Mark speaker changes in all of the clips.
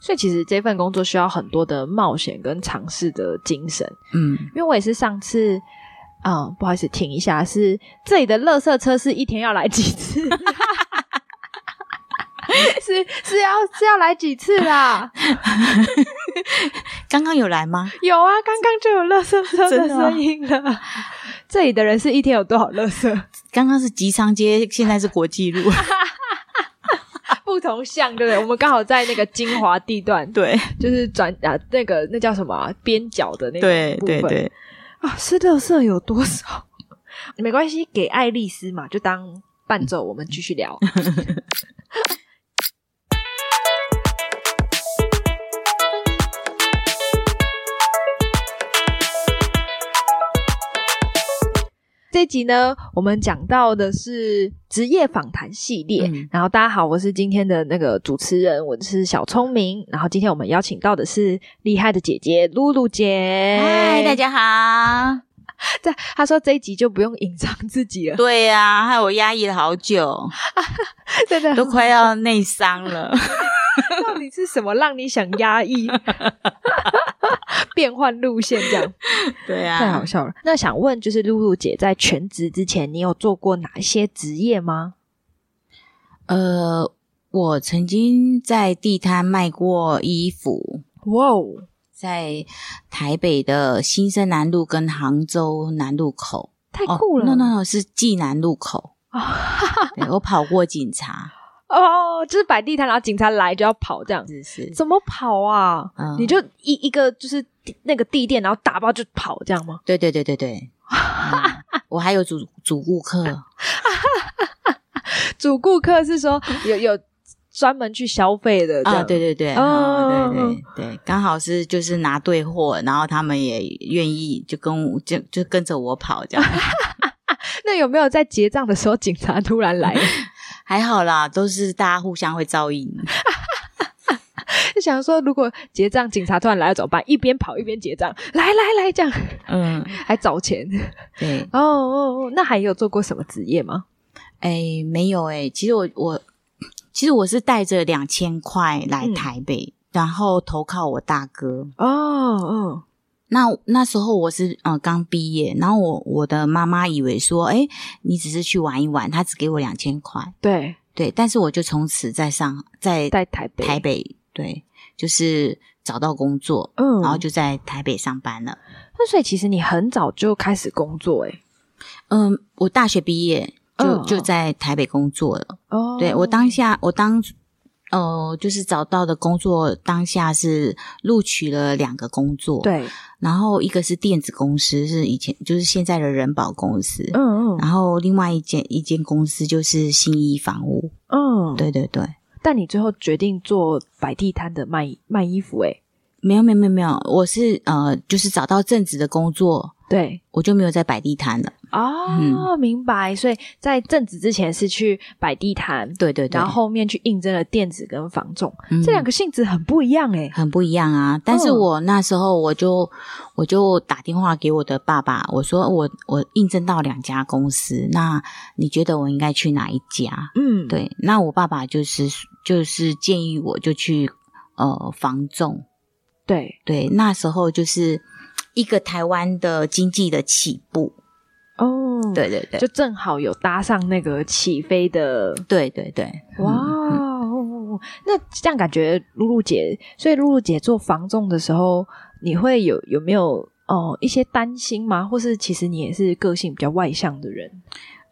Speaker 1: 所以其实这份工作需要很多的冒险跟尝试的精神。
Speaker 2: 嗯，
Speaker 1: 因为我也是上次，嗯，不好意思，停一下，是这里的垃圾车是一天要来几次？ 是是要是要来几次啊啦？
Speaker 2: 刚刚有来吗？
Speaker 1: 有啊，刚刚就有垃圾车的
Speaker 2: 真的啊
Speaker 1: 声音了。这里的人是一天有多少垃圾？
Speaker 2: 刚刚是吉昌街，现在是国际路。
Speaker 1: 不同巷，对不对？我们刚好在那个精华地段，
Speaker 2: 对
Speaker 1: 就是转啊，那个那叫什么啊、边角的那
Speaker 2: 对
Speaker 1: 个部
Speaker 2: 对
Speaker 1: 分
Speaker 2: 对，
Speaker 1: 啊，是垃圾有多少？ 没关系，给爱丽丝嘛，就当伴奏，我们继续聊。 这集呢，我们讲到的是职业访谈系列。
Speaker 2: 嗯
Speaker 1: 然后大家好，我是今天的那个主持人，我是小聪明。然后今天我们邀请到的是厉害的姐姐露露姐。
Speaker 2: 嗨，大。家好。
Speaker 1: 对，他说这一集就不用隐藏自己了，
Speaker 2: 对呀、害我压抑了好久，
Speaker 1: 真的
Speaker 2: 都快要内伤了。
Speaker 1: 到底是什么让你想压抑？变换路线这 样
Speaker 2: 对
Speaker 1: 太好
Speaker 2: 啊，
Speaker 1: 笑了。那想问，就是露露姐在全职之前，你有做过哪一些职业吗？
Speaker 2: 呃，我曾经在地摊卖过衣服，
Speaker 1: 哇哦，
Speaker 2: 在台北的新生南路跟杭州南路口。
Speaker 1: 太酷了！
Speaker 2: 哦、！No No No，是济南路口。对我跑过警察，
Speaker 1: 哦，就是摆地摊，然后警察来就要跑这样子，
Speaker 2: 是是。
Speaker 1: 怎么跑啊？
Speaker 2: 嗯
Speaker 1: 你就一一个就是地那个地垫，然后打包就跑这样吗？
Speaker 2: 对对对对对，嗯我还有主主顾客，
Speaker 1: 主顾客是说有有专门去消费的这样
Speaker 2: 啊，对对对，
Speaker 1: 哦
Speaker 2: 哦，对对对，刚好是就是拿对货，然后他们也愿意就跟我就就跟着我跑这样，
Speaker 1: 那有没有在结账的时候警察突然来了，
Speaker 2: 还好啦，都是大家互相会照应，
Speaker 1: 就想说如果结账警察突然来了怎么办？一边跑一边结账，来来来，这样
Speaker 2: 嗯，
Speaker 1: 还找钱。
Speaker 2: 对，
Speaker 1: 哦哦哦，那还有做过什么职业吗？
Speaker 2: 哎，没有哎，其实我我其实我是带着两千块来
Speaker 1: 嗯
Speaker 2: 台北，然后投靠我大哥，
Speaker 1: 哦哦，
Speaker 2: 那那时候我是呃刚毕业，然后我我的妈妈以为说，哎，你只是去玩一玩，她只给我两千块，
Speaker 1: 对，
Speaker 2: 对，但是我就从此在上在
Speaker 1: 在台北，
Speaker 2: 台北，对，就是找到工作，
Speaker 1: 嗯，
Speaker 2: 然后就在台北上班了。
Speaker 1: 那所以其实你很早就开始工作、欸，
Speaker 2: 嗯，我大学毕业就、
Speaker 1: 嗯
Speaker 2: 就在台北工作了。
Speaker 1: 哦，
Speaker 2: 对我当下，我当呃，就是找到的工作当下是录取了两个工作，，
Speaker 1: 对，
Speaker 2: 然后一个是电子公司，是以前就是现在的人保公司。
Speaker 1: 嗯嗯
Speaker 2: 然后另外一间一间公司就是新一房屋，
Speaker 1: 嗯，。
Speaker 2: 对对对，
Speaker 1: 但你最后决定做摆地摊的卖卖衣服、欸，
Speaker 2: 没有没有没有没有，我是呃，就是找到正职的工作，
Speaker 1: 对，
Speaker 2: 我就没有在摆地摊了。嗯
Speaker 1: 哦，明白。所以在正职之前是去摆地摊，
Speaker 2: 对对对，
Speaker 1: 然后后面去应征了电子跟房仲，
Speaker 2: 嗯
Speaker 1: 这两个性质很不一样哎、
Speaker 2: 很不一样啊。但是
Speaker 1: 嗯
Speaker 2: 我那时候我就我就打电话给我的爸爸，我说我我应征到两家公司，那你觉得我应该去哪一家？
Speaker 1: 嗯，
Speaker 2: 对，那我爸爸就是就是建议我就去呃房仲。
Speaker 1: 对，
Speaker 2: 对，那时候就是一个台湾的经济的起步。
Speaker 1: 哦，，
Speaker 2: 对对对，
Speaker 1: 就正好有搭上那个起飞的，
Speaker 2: 对对对，
Speaker 1: 哇。
Speaker 2: 嗯
Speaker 1: 哦那这样感觉，露露姐，所以露露姐做房仲的时候，你会有有没有哦一些担心吗？或是其实你也是个性比较外向的人？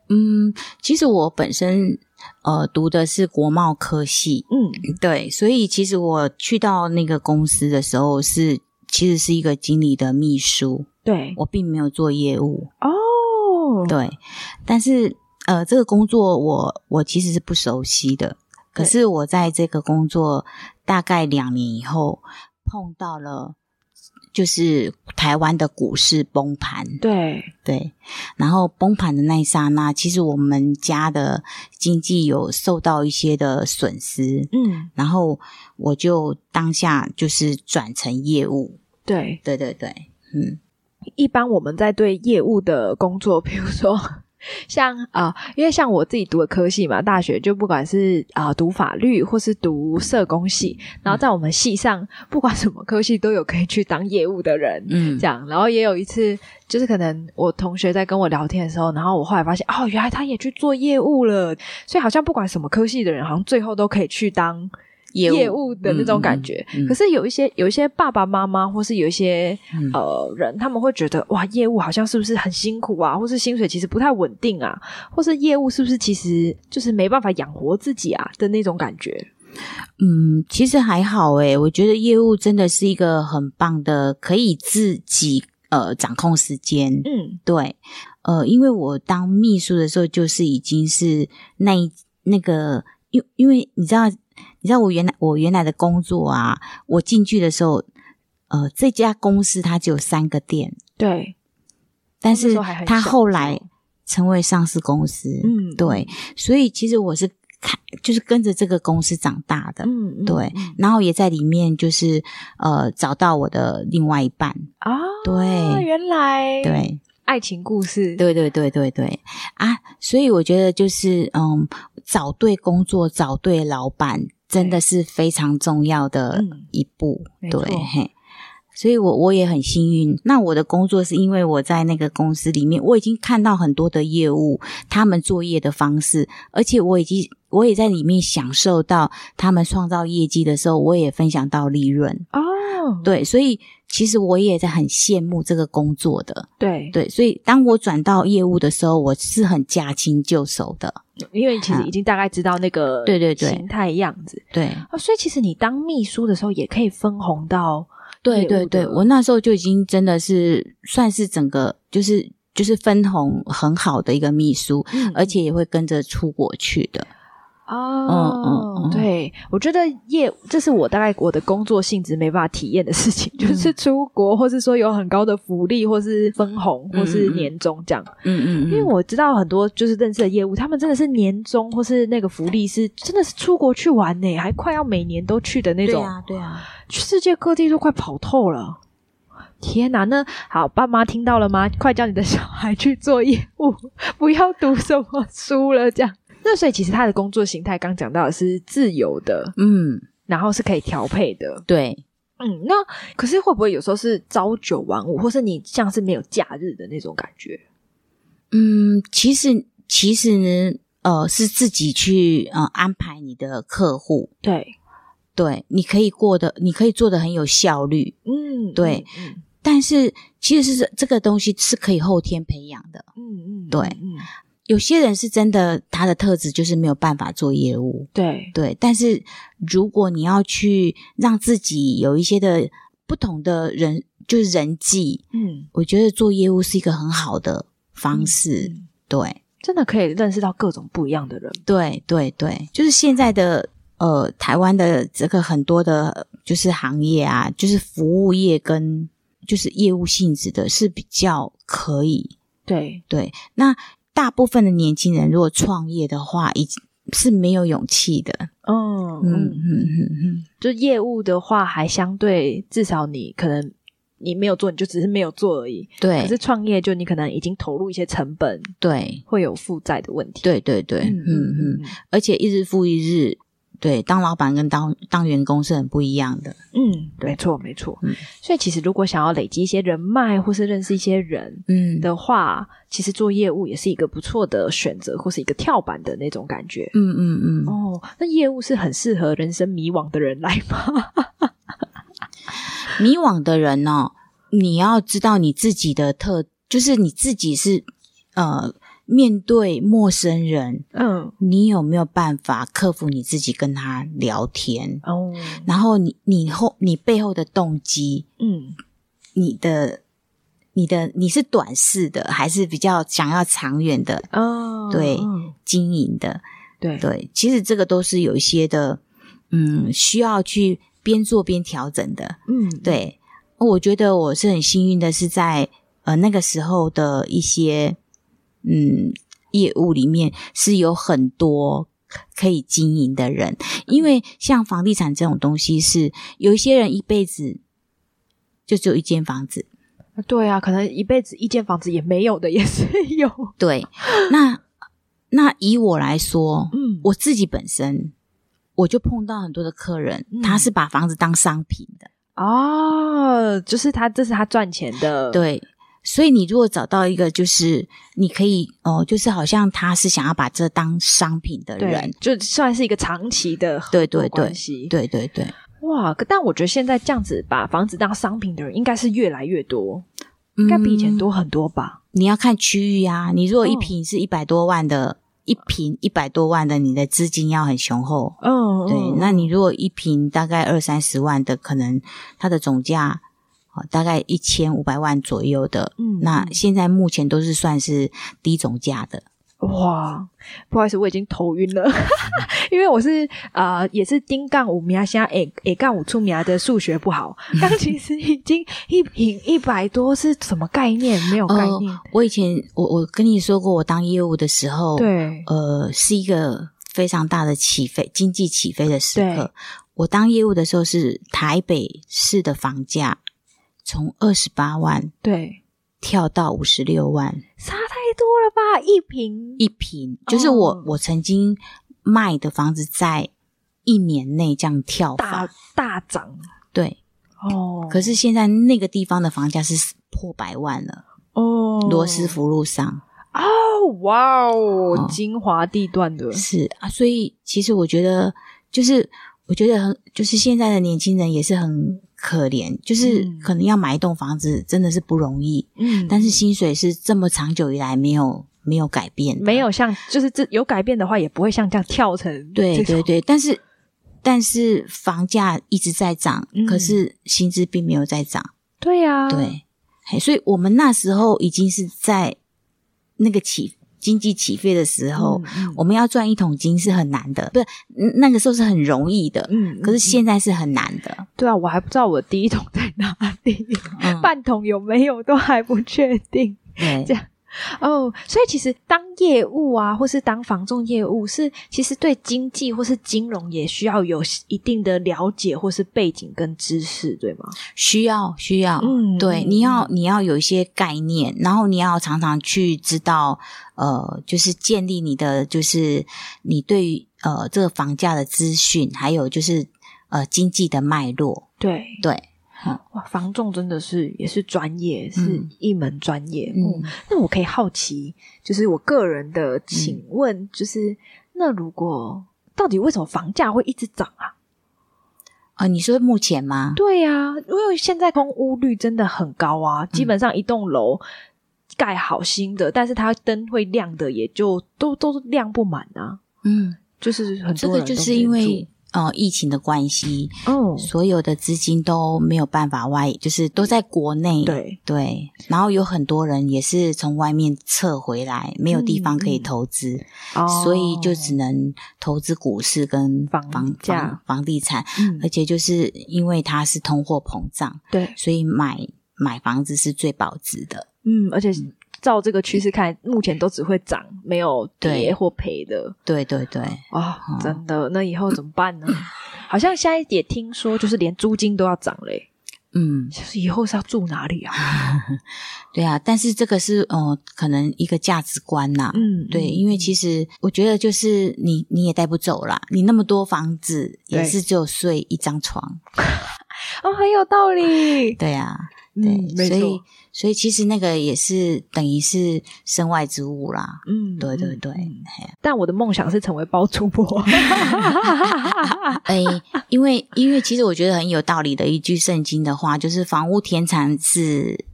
Speaker 2: 嗯，其实我本身呃读的是国贸科系，
Speaker 1: 嗯，
Speaker 2: 对，所以其实我去到那个公司的时候是，其实是一个经理的秘书，
Speaker 1: 对，
Speaker 2: 我并没有做业务，
Speaker 1: 哦，
Speaker 2: 对，但是呃，这个工作我我其实是不熟悉的，可
Speaker 1: 对
Speaker 2: 是我在这个工作大概两年以后，碰到了就是台湾的股市崩盘，
Speaker 1: 对，
Speaker 2: 对，然后崩盘的那一刹那，其实我们家的经济有受到一些的损失，
Speaker 1: 嗯，
Speaker 2: 然后我就当下就是转成业务。
Speaker 1: 对，
Speaker 2: 对对对，嗯，
Speaker 1: 一般我们在对业务的工作，比如说像啊、呃因为像我自己读的科系嘛，大学就不管是啊、呃读法律或是读社工系，然后在我们系上，不管什么科系都有可以去当业务的人，
Speaker 2: 嗯
Speaker 1: 这，样。然后也有一次，就是可能我同学在跟我聊天的时候，然后我后来发现，哦，原来他也去做业务了，所以好像不管什么科系的人，好像最后都可以去当
Speaker 2: 业
Speaker 1: 的那种感觉。
Speaker 2: 嗯嗯嗯
Speaker 1: 可是有一些有一些爸爸妈妈，或是有一些、
Speaker 2: 嗯
Speaker 1: 呃人，他们会觉得哇，业务好像是不是很辛苦啊，或是薪水其实不太稳定啊，或是业务是不是其实就是没办法养活自己啊的那种感觉。
Speaker 2: 嗯，其实还好诶、我觉得业务真的是一个很棒的，可以自己呃掌控时间。
Speaker 1: 嗯
Speaker 2: 对，呃，因为我当秘书的时候，就是已经是那一那个，因因为你知道，你知道我原来我原来的工作啊，我进去的时候，呃，这家公司它只有三个店，
Speaker 1: 对，
Speaker 2: 但
Speaker 1: 哦那
Speaker 2: 是
Speaker 1: 时候还很
Speaker 2: 它
Speaker 1: 小
Speaker 2: 后
Speaker 1: 的时
Speaker 2: 来
Speaker 1: 候
Speaker 2: 成为上市公司，
Speaker 1: 嗯
Speaker 2: 对，所以其实我是看就是跟着这个公司长大的，
Speaker 1: 嗯，嗯
Speaker 2: 对
Speaker 1: 嗯
Speaker 2: 然后也在里面就是呃找到我的另外一半，
Speaker 1: 啊，
Speaker 2: 对
Speaker 1: 原来
Speaker 2: 对。
Speaker 1: 爱情故事，
Speaker 2: 对对对对对啊！所以我觉得就是嗯，找对工作，找对老板，真的是非常重要的
Speaker 1: 嗯
Speaker 2: 一步。
Speaker 1: 没
Speaker 2: 对
Speaker 1: 错，
Speaker 2: 嘿。所以我我也很幸运。那我的工作是因为我在那个公司里面，我已经看到很多的业务，他们作业的方式，而且我已经我也在里面享受到他们创造业绩的时候，我也分享到利润。
Speaker 1: 哦，
Speaker 2: 对，所以其实我也在很羡慕这个工作的。
Speaker 1: 对
Speaker 2: 对，所以当我转到业务的时候，我是很驾轻就熟的。
Speaker 1: 因为其实已经大概知道那个
Speaker 2: 对对对
Speaker 1: 形态样子
Speaker 2: 对，
Speaker 1: 啊，所以其实你当秘书的时候也可以分红到
Speaker 2: 对
Speaker 1: 业务
Speaker 2: 对
Speaker 1: 的
Speaker 2: 对，我那时候就已经真的是算是整个就是就是分红很好的一个秘书，
Speaker 1: 嗯
Speaker 2: 而且也会跟着出国去的。
Speaker 1: 哦
Speaker 2: 嗯嗯嗯
Speaker 1: 对，我觉得业这是我大概我的工作性质没办法体验的事情，就是出国，或是说有很高的福利，或是分红，
Speaker 2: 嗯
Speaker 1: 或是
Speaker 2: 嗯嗯
Speaker 1: 年终这样。
Speaker 2: 嗯嗯
Speaker 1: 因为我知道很多就是认识的业务，他们真的是年终或是那个福利是真的是出国去玩呢，还快要每年都去的那
Speaker 2: 对
Speaker 1: 种，
Speaker 2: 啊对啊，
Speaker 1: 去世界各地都快跑透了。天哪，那好，爸妈听到了吗？快叫你的小孩去做业务，不要读什么书了。这样，那所以其实他的工作形态刚讲到的是自由的，
Speaker 2: 嗯
Speaker 1: 然后是可以调配的。
Speaker 2: 对。
Speaker 1: 嗯，那可是会不会有时候是朝九晚五，或是你像是没有假日的那种感觉？
Speaker 2: 嗯，其实其实呢，呃，是自己去呃安排你的客户，
Speaker 1: 对，
Speaker 2: 对，你可以过得，你可以做的很有效率，
Speaker 1: 嗯，
Speaker 2: 对
Speaker 1: 嗯，
Speaker 2: 但是其实是这个东西是可以后天培养的。
Speaker 1: 嗯嗯嗯，
Speaker 2: 对
Speaker 1: 嗯，
Speaker 2: 有些人是真的，他的特质就是没有办法做业务，
Speaker 1: 对，
Speaker 2: 对。但是如果你要去让自己有一些的不同的人，就是人际，
Speaker 1: 嗯，
Speaker 2: 我觉得做业务是一个很好的方式，
Speaker 1: 嗯
Speaker 2: 对，
Speaker 1: 真的可以认识到各种不一样的人。
Speaker 2: 对，对，对，就是现在的呃，台湾的这个很多的，就是行业啊，就是服务业跟就是业务性质的，是比较可以
Speaker 1: 对，
Speaker 2: 对，那大部分的年轻人如果创业的话，已经是没有勇气的。
Speaker 1: 嗯
Speaker 2: 嗯嗯嗯
Speaker 1: 就业务的话，还相对至少你可能你没有做，你就只是没有做而已。
Speaker 2: 嗯，
Speaker 1: 可
Speaker 2: 对
Speaker 1: 是创业，就你可能已经投入一些成本，
Speaker 2: 对
Speaker 1: 会有负债的问题。
Speaker 2: 对对对，嗯嗯，而且一日复一日，对，当老板跟当当员工是很不一样的。
Speaker 1: 嗯，没错没错
Speaker 2: 嗯。
Speaker 1: 所以其实如果想要累积一些人脉，或是认识一些人
Speaker 2: 嗯
Speaker 1: 的话，其实做业务也是一个不错的选择，或是一个跳板的那种感觉。
Speaker 2: 嗯嗯嗯，
Speaker 1: 哦，那业务是很适合人生迷惘的人来吗？
Speaker 2: 迷惘的人哦，你要知道你自己的特，就是你自己是呃，面对陌生人，
Speaker 1: 嗯，
Speaker 2: 你有没有办法克服你自己跟他聊天？
Speaker 1: 哦，
Speaker 2: 然后你你后你背后的动机，
Speaker 1: 嗯，
Speaker 2: 你的你的你是短视的，还是比较想要长远的
Speaker 1: 哦，
Speaker 2: 对
Speaker 1: 嗯
Speaker 2: 经营的？
Speaker 1: 对
Speaker 2: 对，其实这个都是有一些的，嗯，需要去边做边调整的。
Speaker 1: 嗯，
Speaker 2: 对，我觉得我是很幸运的，是在呃那个时候的一些嗯业务里面是有很多可以经营的人，因为像房地产这种东西是有一些人一辈子就只有一间房子，
Speaker 1: 对啊，可能一辈子一间房子也没有的也是有。
Speaker 2: 对，那那以我来说，
Speaker 1: 嗯，
Speaker 2: 我自己本身我就碰到很多的客人，
Speaker 1: 嗯
Speaker 2: 他是把房子当商品的。
Speaker 1: 哦，就是他，这是他赚钱的，，
Speaker 2: 对，所以你如果找到一个就是你可以哦、就是好像他是想要把这当商品的
Speaker 1: 对
Speaker 2: 人，，
Speaker 1: 就算是一个长期的合
Speaker 2: 对对
Speaker 1: 作
Speaker 2: 对
Speaker 1: 关系。
Speaker 2: 对对对，
Speaker 1: 哇，可但我觉得现在这样子把房子当商品的人应该是越来越多，应该比以前
Speaker 2: 嗯
Speaker 1: 多很多吧？
Speaker 2: 你要看区域啊，你如果一
Speaker 1: 哦
Speaker 2: 平是一百多万的，一平一百多万的，你的资金要很雄厚。
Speaker 1: 嗯，
Speaker 2: 对，
Speaker 1: 嗯
Speaker 2: 那你如果一平大概二三十万的，可能它的总价哦大概一千五百万左右的，
Speaker 1: 嗯
Speaker 2: 那
Speaker 1: 嗯
Speaker 2: 现在目前都是算是低总价的。
Speaker 1: 哇，不好意思，我已经头晕了，
Speaker 2: 嗯
Speaker 1: 因为我是呃也是丁杠五米啊，现在 A A 杠五出米啊的数学不好，
Speaker 2: 嗯
Speaker 1: 但其实已经一平一百多是什么概念？没有概念，
Speaker 2: 我以前我我跟你说过，我当业务的时候，，
Speaker 1: 对，
Speaker 2: 呃，是一个非常大的起飞，经济起飞的时
Speaker 1: 对
Speaker 2: 刻。我当业务的时候是台北市的房价从二十八万
Speaker 1: 对，
Speaker 2: 跳到五十六万
Speaker 1: 差太多了吧？一平
Speaker 2: 一平，就是我、
Speaker 1: 哦
Speaker 2: 我曾经卖的房子在一年内这样跳
Speaker 1: 大
Speaker 2: 法，
Speaker 1: 大涨
Speaker 2: 对。
Speaker 1: 哦，
Speaker 2: 可是现在那个地方的房价是破百万了，
Speaker 1: 哦，
Speaker 2: 罗斯福路上。
Speaker 1: 哦，哇哦
Speaker 2: 哦，
Speaker 1: 精华地段的，
Speaker 2: 是啊，所以其实我觉得，就是我觉得很，就是现在的年轻人也是很可怜，就是
Speaker 1: 嗯
Speaker 2: 可能要买一栋房子真的是不容易，
Speaker 1: 嗯
Speaker 2: 但是薪水是这么长久以来没有没有改变的，
Speaker 1: 没有像就是这有改变的话，也不会像这样跳成
Speaker 2: 对
Speaker 1: 这种
Speaker 2: 对对，但是但是房价一直在涨，
Speaker 1: 嗯啊
Speaker 2: 可是薪资并没有在涨，
Speaker 1: 对呀，
Speaker 2: 对，嘿所以我们那时候已经是在那个起经济起飞的时候。
Speaker 1: 嗯，嗯
Speaker 2: 我们要赚一桶金是很难的，不是嗯那个时候是很容易的，
Speaker 1: 嗯，
Speaker 2: 可
Speaker 1: 嗯
Speaker 2: 是现在是很难的。
Speaker 1: 对啊，我还不知道我第一桶在哪里，
Speaker 2: 嗯，
Speaker 1: 半桶有没有都还不确定
Speaker 2: 对
Speaker 1: 这样哦。所以其实当业务啊，或是当房仲业务，是其实对经济或是金融也需要有一定的了解或是背景跟知识，对吗？
Speaker 2: 需要需要，
Speaker 1: 嗯
Speaker 2: 对，
Speaker 1: 嗯
Speaker 2: 你要你要有一些概念，然后你要常常去知道，呃，就是建立你的，就是你对于呃这个房价的资讯，还有就是呃经济的脉络，
Speaker 1: 对，
Speaker 2: 对，
Speaker 1: 哇，房仲真的是也是专业，是
Speaker 2: 嗯
Speaker 1: 一门专业。嗯，
Speaker 2: 嗯，
Speaker 1: 那我可以好奇，就是我个人的，请问，就是、那如果到底为什么房价会一直涨啊？
Speaker 2: 呃，你说目前吗？
Speaker 1: 对呀、因为现在空屋率真的很高
Speaker 2: 嗯
Speaker 1: 啊，基本上一栋楼盖好新的，但是它灯会亮的，也就都都亮不满啊，
Speaker 2: 嗯，
Speaker 1: 就是很
Speaker 2: 这
Speaker 1: 多人
Speaker 2: 个
Speaker 1: 都
Speaker 2: 就是因
Speaker 1: 没
Speaker 2: 为呃疫情的关系，
Speaker 1: 住哦，
Speaker 2: 所有的资金都没有办法外，就是都在国内，
Speaker 1: 对，
Speaker 2: 对，然后有很多人也是从外面撤回来，没有地方
Speaker 1: 嗯
Speaker 2: 可以投资，
Speaker 1: 哦
Speaker 2: 所以就只能投资股市跟
Speaker 1: 房
Speaker 2: 房
Speaker 1: 价
Speaker 2: 房房地产，
Speaker 1: 嗯
Speaker 2: 而且就是因为它是通货膨胀，
Speaker 1: 对，
Speaker 2: 所以买买房子是最保值的。
Speaker 1: 嗯，而且照这个趋势看，目前都只会涨，没有跌
Speaker 2: 对
Speaker 1: 或赔的
Speaker 2: 对对对，
Speaker 1: 啊、真的。那以后怎么办 呢？好像现在也听说，就是连租金都要涨嘞，
Speaker 2: 嗯，
Speaker 1: 就是以后是要住哪 里啊？
Speaker 2: 对啊，但是这个是呃，可能一个价值观呐、
Speaker 1: 嗯，
Speaker 2: 对，因为其实我觉得就是你你也带不走啦，你那么多房子也
Speaker 1: 对
Speaker 2: 是只有睡一张床，
Speaker 1: 哦，很有道理，
Speaker 2: 对啊，
Speaker 1: 嗯，
Speaker 2: 对，
Speaker 1: 没
Speaker 2: 所
Speaker 1: 错
Speaker 2: 以。所以其实那个也是等于是身外之物 啦。
Speaker 1: 嗯，
Speaker 2: 对对
Speaker 1: 嗯
Speaker 2: 对，啊嗯
Speaker 1: 嗯但我的梦想是成为包租婆。
Speaker 2: 哎、因为因为其实我觉得很有道理的一句圣经的话，就是房屋田产是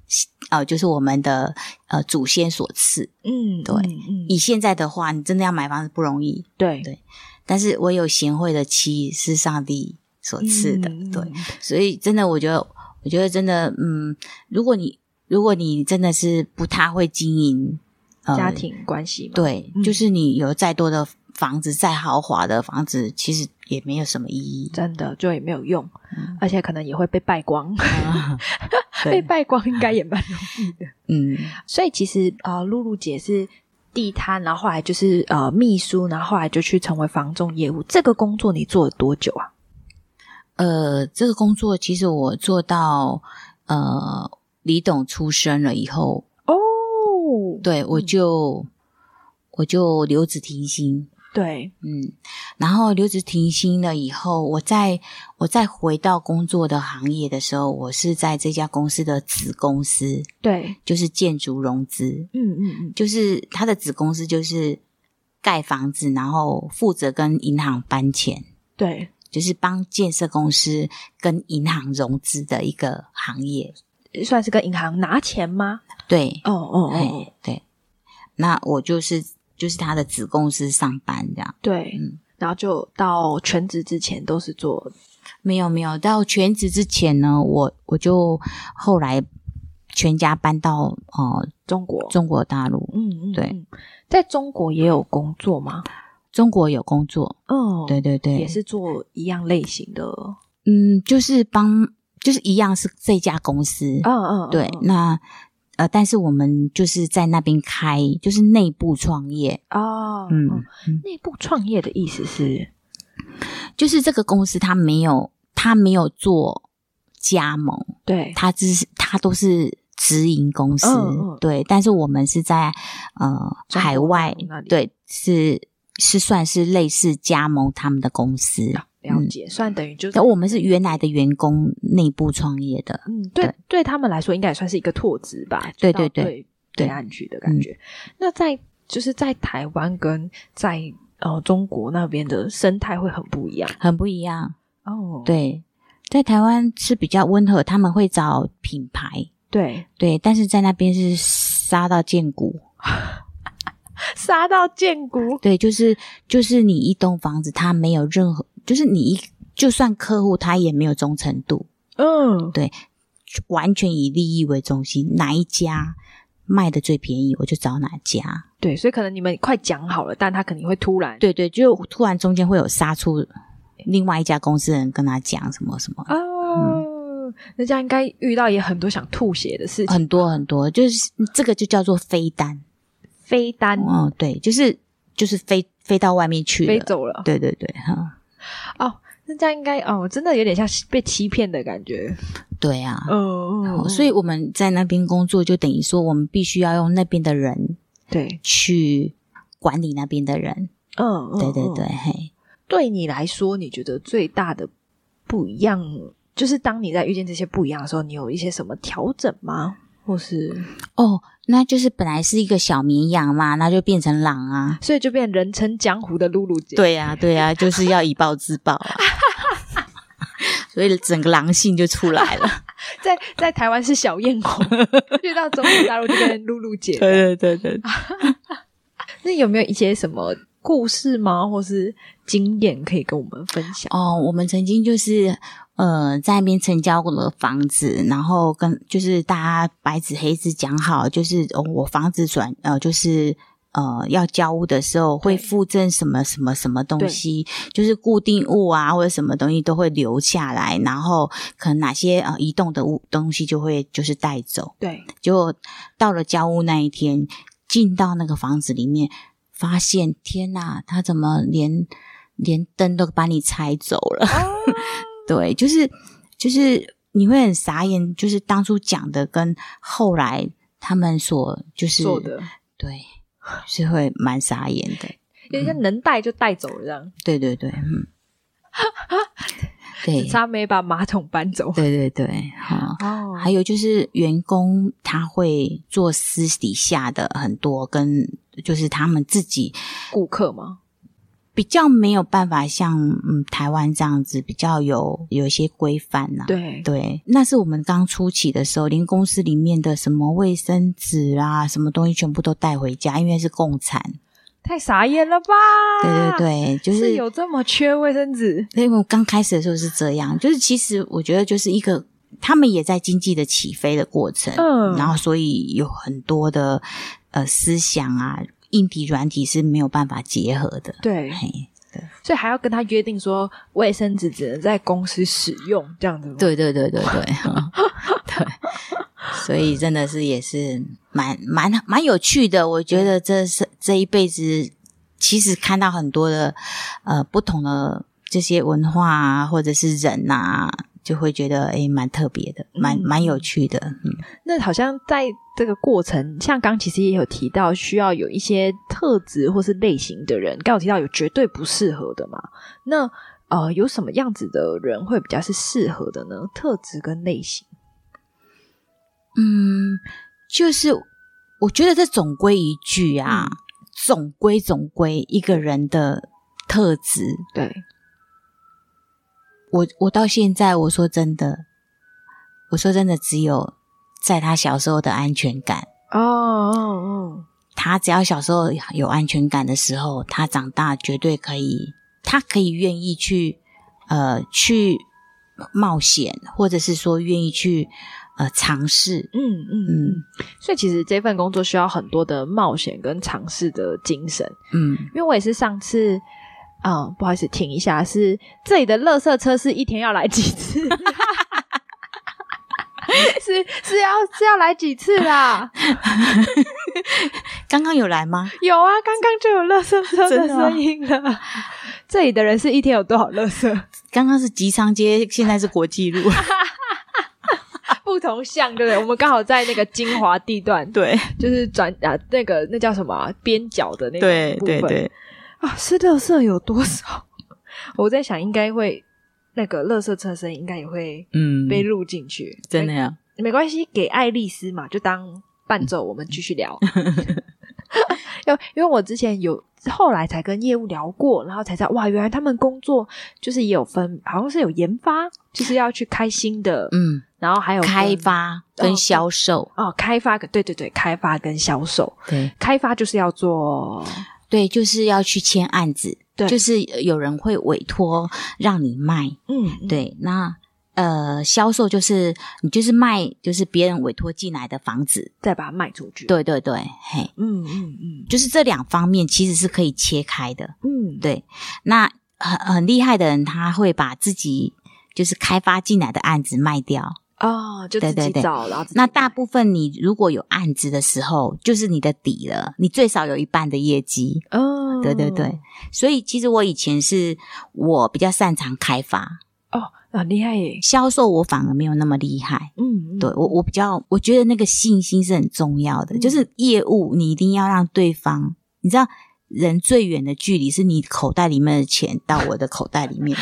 Speaker 2: 呃，就是我们的呃祖先所赐。
Speaker 1: 嗯，
Speaker 2: 对
Speaker 1: 嗯嗯
Speaker 2: 以现在的话，你真的要买房子不容易，
Speaker 1: 对
Speaker 2: 对但是唯有贤惠的妻是上帝所赐的。
Speaker 1: 嗯
Speaker 2: 对，所以真的，我觉得，我觉得真的，嗯，如果你如果你真的是不太会经营、呃、
Speaker 1: 家庭关系嘛，
Speaker 2: 对，
Speaker 1: 嗯
Speaker 2: 就是你有再多的房子，再豪华的房子，其实也没有什么意义。
Speaker 1: 真的就也没有用
Speaker 2: 嗯，
Speaker 1: 而且可能也会被败光，被
Speaker 2: 对，
Speaker 1: 败光应该也 蛮容易的。
Speaker 2: 嗯，
Speaker 1: 所以其实呃，露露姐是地摊，然后后来就是呃秘书，然后后来就去成为房仲业务。这个工作你做了多久啊？
Speaker 2: 呃，这个工作其实我做到呃李董出生了以后，
Speaker 1: 哦，
Speaker 2: 对我就、我就留职停薪，
Speaker 1: 对，
Speaker 2: 嗯，然后留职停薪了以后，我再我再回到工作的行业的时候，我是在这家公司的子公司，
Speaker 1: 对，
Speaker 2: 就是建筑融资，
Speaker 1: 嗯嗯嗯，
Speaker 2: 就是它的子公司就是盖房子，然后负责跟银行搬钱，
Speaker 1: 对，
Speaker 2: 就是帮建设公司跟银行融资的一个行业。
Speaker 1: 算是跟银行拿钱吗？
Speaker 2: 对，
Speaker 1: 哦哦
Speaker 2: 哎、
Speaker 1: 哦，
Speaker 2: 对，那我就是就是他的子公司上班这样。
Speaker 1: 对，然后就到全职之前都是做，
Speaker 2: 没有没有，到全职之前呢，我我就后来全家搬到呃
Speaker 1: 中国，
Speaker 2: 中国大陆，
Speaker 1: 嗯嗯，
Speaker 2: 对
Speaker 1: 嗯，在中国也有工作吗？
Speaker 2: 中国有工作，
Speaker 1: 哦，
Speaker 2: 对，对对，
Speaker 1: 也是做一样类型的，
Speaker 2: 嗯，就是帮就是一样是这家公司，
Speaker 1: 嗯嗯，嗯
Speaker 2: 对，
Speaker 1: 嗯
Speaker 2: 那呃，但是我们就是在那边开，就是内部创业，
Speaker 1: 哦，
Speaker 2: 嗯
Speaker 1: 嗯，
Speaker 2: 嗯
Speaker 1: 内部创业的意思是，
Speaker 2: 就是这个公司它没有它没有做加盟，
Speaker 1: 对，
Speaker 2: 它只是它都是。直营公司、
Speaker 1: 嗯嗯
Speaker 2: 对，但是我们是在呃
Speaker 1: 中国
Speaker 2: 海外
Speaker 1: 那里，
Speaker 2: 对，是是算是类似加盟他们的公司，
Speaker 1: 了解，算等于就是
Speaker 2: 但我们是原来的员工内部创业的，
Speaker 1: 嗯，对
Speaker 2: 对，
Speaker 1: 对他们来说应该也算是一个拓殖吧，
Speaker 2: 对
Speaker 1: 到
Speaker 2: 对对
Speaker 1: 对嗯对
Speaker 2: 对
Speaker 1: 岸去的感觉。那在就是在台湾跟在呃中国那边的生态会很不一样
Speaker 2: 很不一样。
Speaker 1: 哦
Speaker 2: 对，在台湾是比较温和，他们会找品牌，
Speaker 1: 对，
Speaker 2: 对，但是在那边是杀到见骨，
Speaker 1: 杀到剑骨，
Speaker 2: 对，就是就是你一栋房子，它没有任何，就是你一就算客户他也没有忠诚度，
Speaker 1: 嗯，
Speaker 2: 完全以利益为中心，哪一家卖的最便宜，我就找哪家。
Speaker 1: 对，所以可能你们快讲好了，但他肯定会突然
Speaker 2: 对对，就突然中间会有杀出另外一家公司的人跟他讲什么什么，
Speaker 1: 啊，嗯那这样应该遇到也很多想吐血的事情，
Speaker 2: 很多很多，就是这个就叫做飞单。
Speaker 1: 飞单
Speaker 2: 嗯，对，就是就是飞飞到外面去
Speaker 1: 飞
Speaker 2: 了。
Speaker 1: 走了，
Speaker 2: 对对嗯对，哈，
Speaker 1: 那这样应该哦，真的有点像被欺骗的感觉，
Speaker 2: 对啊。
Speaker 1: 嗯，嗯嗯
Speaker 2: 所以我们在那边工作，就等于说我们必须要用那边的人
Speaker 1: 对，
Speaker 2: 去管理那边的人。
Speaker 1: 嗯，嗯
Speaker 2: 对对
Speaker 1: 嗯
Speaker 2: 对，嘿，
Speaker 1: 对你来说，你觉得最大的不一样，就是当你在遇见这些不一样的时候，你有一些什么调整吗？或是
Speaker 2: 哦，那就是本来是一个小绵羊嘛，那就变成狼啊。
Speaker 1: 所以就变人称江湖的露露姐？，
Speaker 2: 对呀、对呀、就是要以暴制 暴啊。所以整个狼性就出来了。
Speaker 1: 在在台湾是小艳红， 遇到中国大陆就变露露姐。
Speaker 2: 对对对对，
Speaker 1: 那有没有一些什么故事吗？或是经验可以跟我们分享？
Speaker 2: 哦，我们曾经就是呃在那边成交过的房子，然后跟就是大家白纸黑字讲好，就是、哦、我房子转呃就是。呃，要交屋的时候会
Speaker 1: 对
Speaker 2: 附赠什么什么什么东西，就是固定物啊，或者什么东西都会留下来，然后可能哪些呃移动的物东西就会就是带走。
Speaker 1: 对，
Speaker 2: 结果到了交屋那一天，进到那个房子里面，发现天呐，他怎么连连灯都把你拆走了？
Speaker 1: 哦
Speaker 2: 对，就是就是你会很傻眼，就是当初讲的跟后来他们所就是
Speaker 1: 做的
Speaker 2: 对，是会蛮傻眼的。
Speaker 1: 有点
Speaker 2: 嗯
Speaker 1: 像能带就带走了这样，
Speaker 2: 对对对，嗯， 对
Speaker 1: 只差没把马桶搬走。
Speaker 2: 对对对，哈、
Speaker 1: 哦
Speaker 2: 还有就是员工他会做私底下的很多跟，就是他们自己
Speaker 1: 顾客吗？
Speaker 2: 比较没有办法像嗯台湾这样子比较有有一些规范呐、
Speaker 1: 对，
Speaker 2: 对，那是我们刚初期的时候，连公司里面的什么卫生纸啊，什么东西全部都带回家，因为是共产。
Speaker 1: 太傻眼了吧？
Speaker 2: 对对对，就是
Speaker 1: 有这么缺卫生纸？
Speaker 2: 所以我刚开始的时候是这样，就是其实我觉得就是一个他们也在经济的起飞的过程，
Speaker 1: 嗯
Speaker 2: 然后所以有很多的呃思想啊，硬体软体是没有办法结合的。
Speaker 1: 对，
Speaker 2: 嘿，
Speaker 1: 所以还要跟他约定说，卫生纸只能在公司使用，这样子吗？，
Speaker 2: 对对对对对，嗯对，所以真的是也是蛮蛮蛮有趣的。我觉得这是这一辈子，其实看到很多的呃不同的这些文化啊，或者是人啊，就会觉得诶蛮特别的，蛮
Speaker 1: 嗯
Speaker 2: 蛮有趣的。嗯，
Speaker 1: 那好像在这个过程，像刚其实也有提到，需要有一些特质或是类型的人。刚有提到有绝对不适合的嘛？那呃，有什么样子的人会比较是适合的呢？特质跟类型，
Speaker 2: 嗯，就是我觉得这总归一句啊，总归总归一个人的特质，
Speaker 1: 对，
Speaker 2: 我我到现在我说真的，我说真的只有在他小时候的安全感。
Speaker 1: 哦哦
Speaker 2: 他只要小时候有安全感的时候，他长大绝对可以，他可以愿意去呃去冒险，或者是说愿意去呃尝试。
Speaker 1: 嗯嗯嗯
Speaker 2: 嗯。
Speaker 1: 所以其实这份工作需要很多的冒险跟尝试的精神。
Speaker 2: 嗯，
Speaker 1: 因为我也是上次，嗯，不好意思，停一下，是这里的垃圾车是一天要来几次？ 是是要是要来几次啦？
Speaker 2: 刚刚有来吗？
Speaker 1: 有啊，刚刚就有垃圾车的
Speaker 2: 真的吗
Speaker 1: 声音了。这里的人是一天有多少垃 圾？
Speaker 2: 刚刚是吉昌街，现在是国际 路。
Speaker 1: 不同巷对不对？我们刚好在那个精华地段，
Speaker 2: 对
Speaker 1: 就是转啊那个那叫什么啊、边角的那
Speaker 2: 对
Speaker 1: 个部
Speaker 2: 对
Speaker 1: 分
Speaker 2: 对，
Speaker 1: 啊，是垃圾有多少？我在想应该会那个垃圾车声应该也会
Speaker 2: 嗯，
Speaker 1: 被录进去，
Speaker 2: 真的呀。
Speaker 1: 没没关系，给爱丽丝嘛，就当伴奏，我们继续 聊。因为因为我之前有后来才跟业务聊过，然后才知道哇，原来他们工作就是也有分，好像是有研发，就是要去开新的，
Speaker 2: 嗯，
Speaker 1: 然后还有分
Speaker 2: 开发跟
Speaker 1: 哦
Speaker 2: 销售，
Speaker 1: 哦，开发跟对对对，开发跟销售，
Speaker 2: 对
Speaker 1: 开发就是要做
Speaker 2: 对，就是要去签案子，
Speaker 1: 对
Speaker 2: 就是有人会委托让你卖，
Speaker 1: 嗯，
Speaker 2: 对，那呃，销售就是你就是卖，就是别人委托进来的房子，
Speaker 1: 再把它卖出去，，
Speaker 2: 对对对，嘿，
Speaker 1: 嗯嗯嗯
Speaker 2: 就是这两方面其实是可以切开的。
Speaker 1: 嗯，
Speaker 2: 对，那很很厉害的人，他会把自己就是开发进来的案子卖掉。
Speaker 1: 哦，就自
Speaker 2: 对
Speaker 1: 己
Speaker 2: 对对
Speaker 1: 找，然后自己
Speaker 2: 那
Speaker 1: 卖
Speaker 2: 大部分你如果有案子的时候，就是你的底了，你最少有一半的业绩。
Speaker 1: 哦，
Speaker 2: 对对对，所以其实我以前是我比较擅长开发，
Speaker 1: 哦，很厉害耶，
Speaker 2: 销售我反而没有那么厉害。
Speaker 1: 嗯，嗯
Speaker 2: 对我，我比较我觉得那个信心是很重要的，
Speaker 1: 嗯
Speaker 2: 就是业务你一定要让对方，你知道人最远的距离是你口袋里面的钱到我的口袋里 面，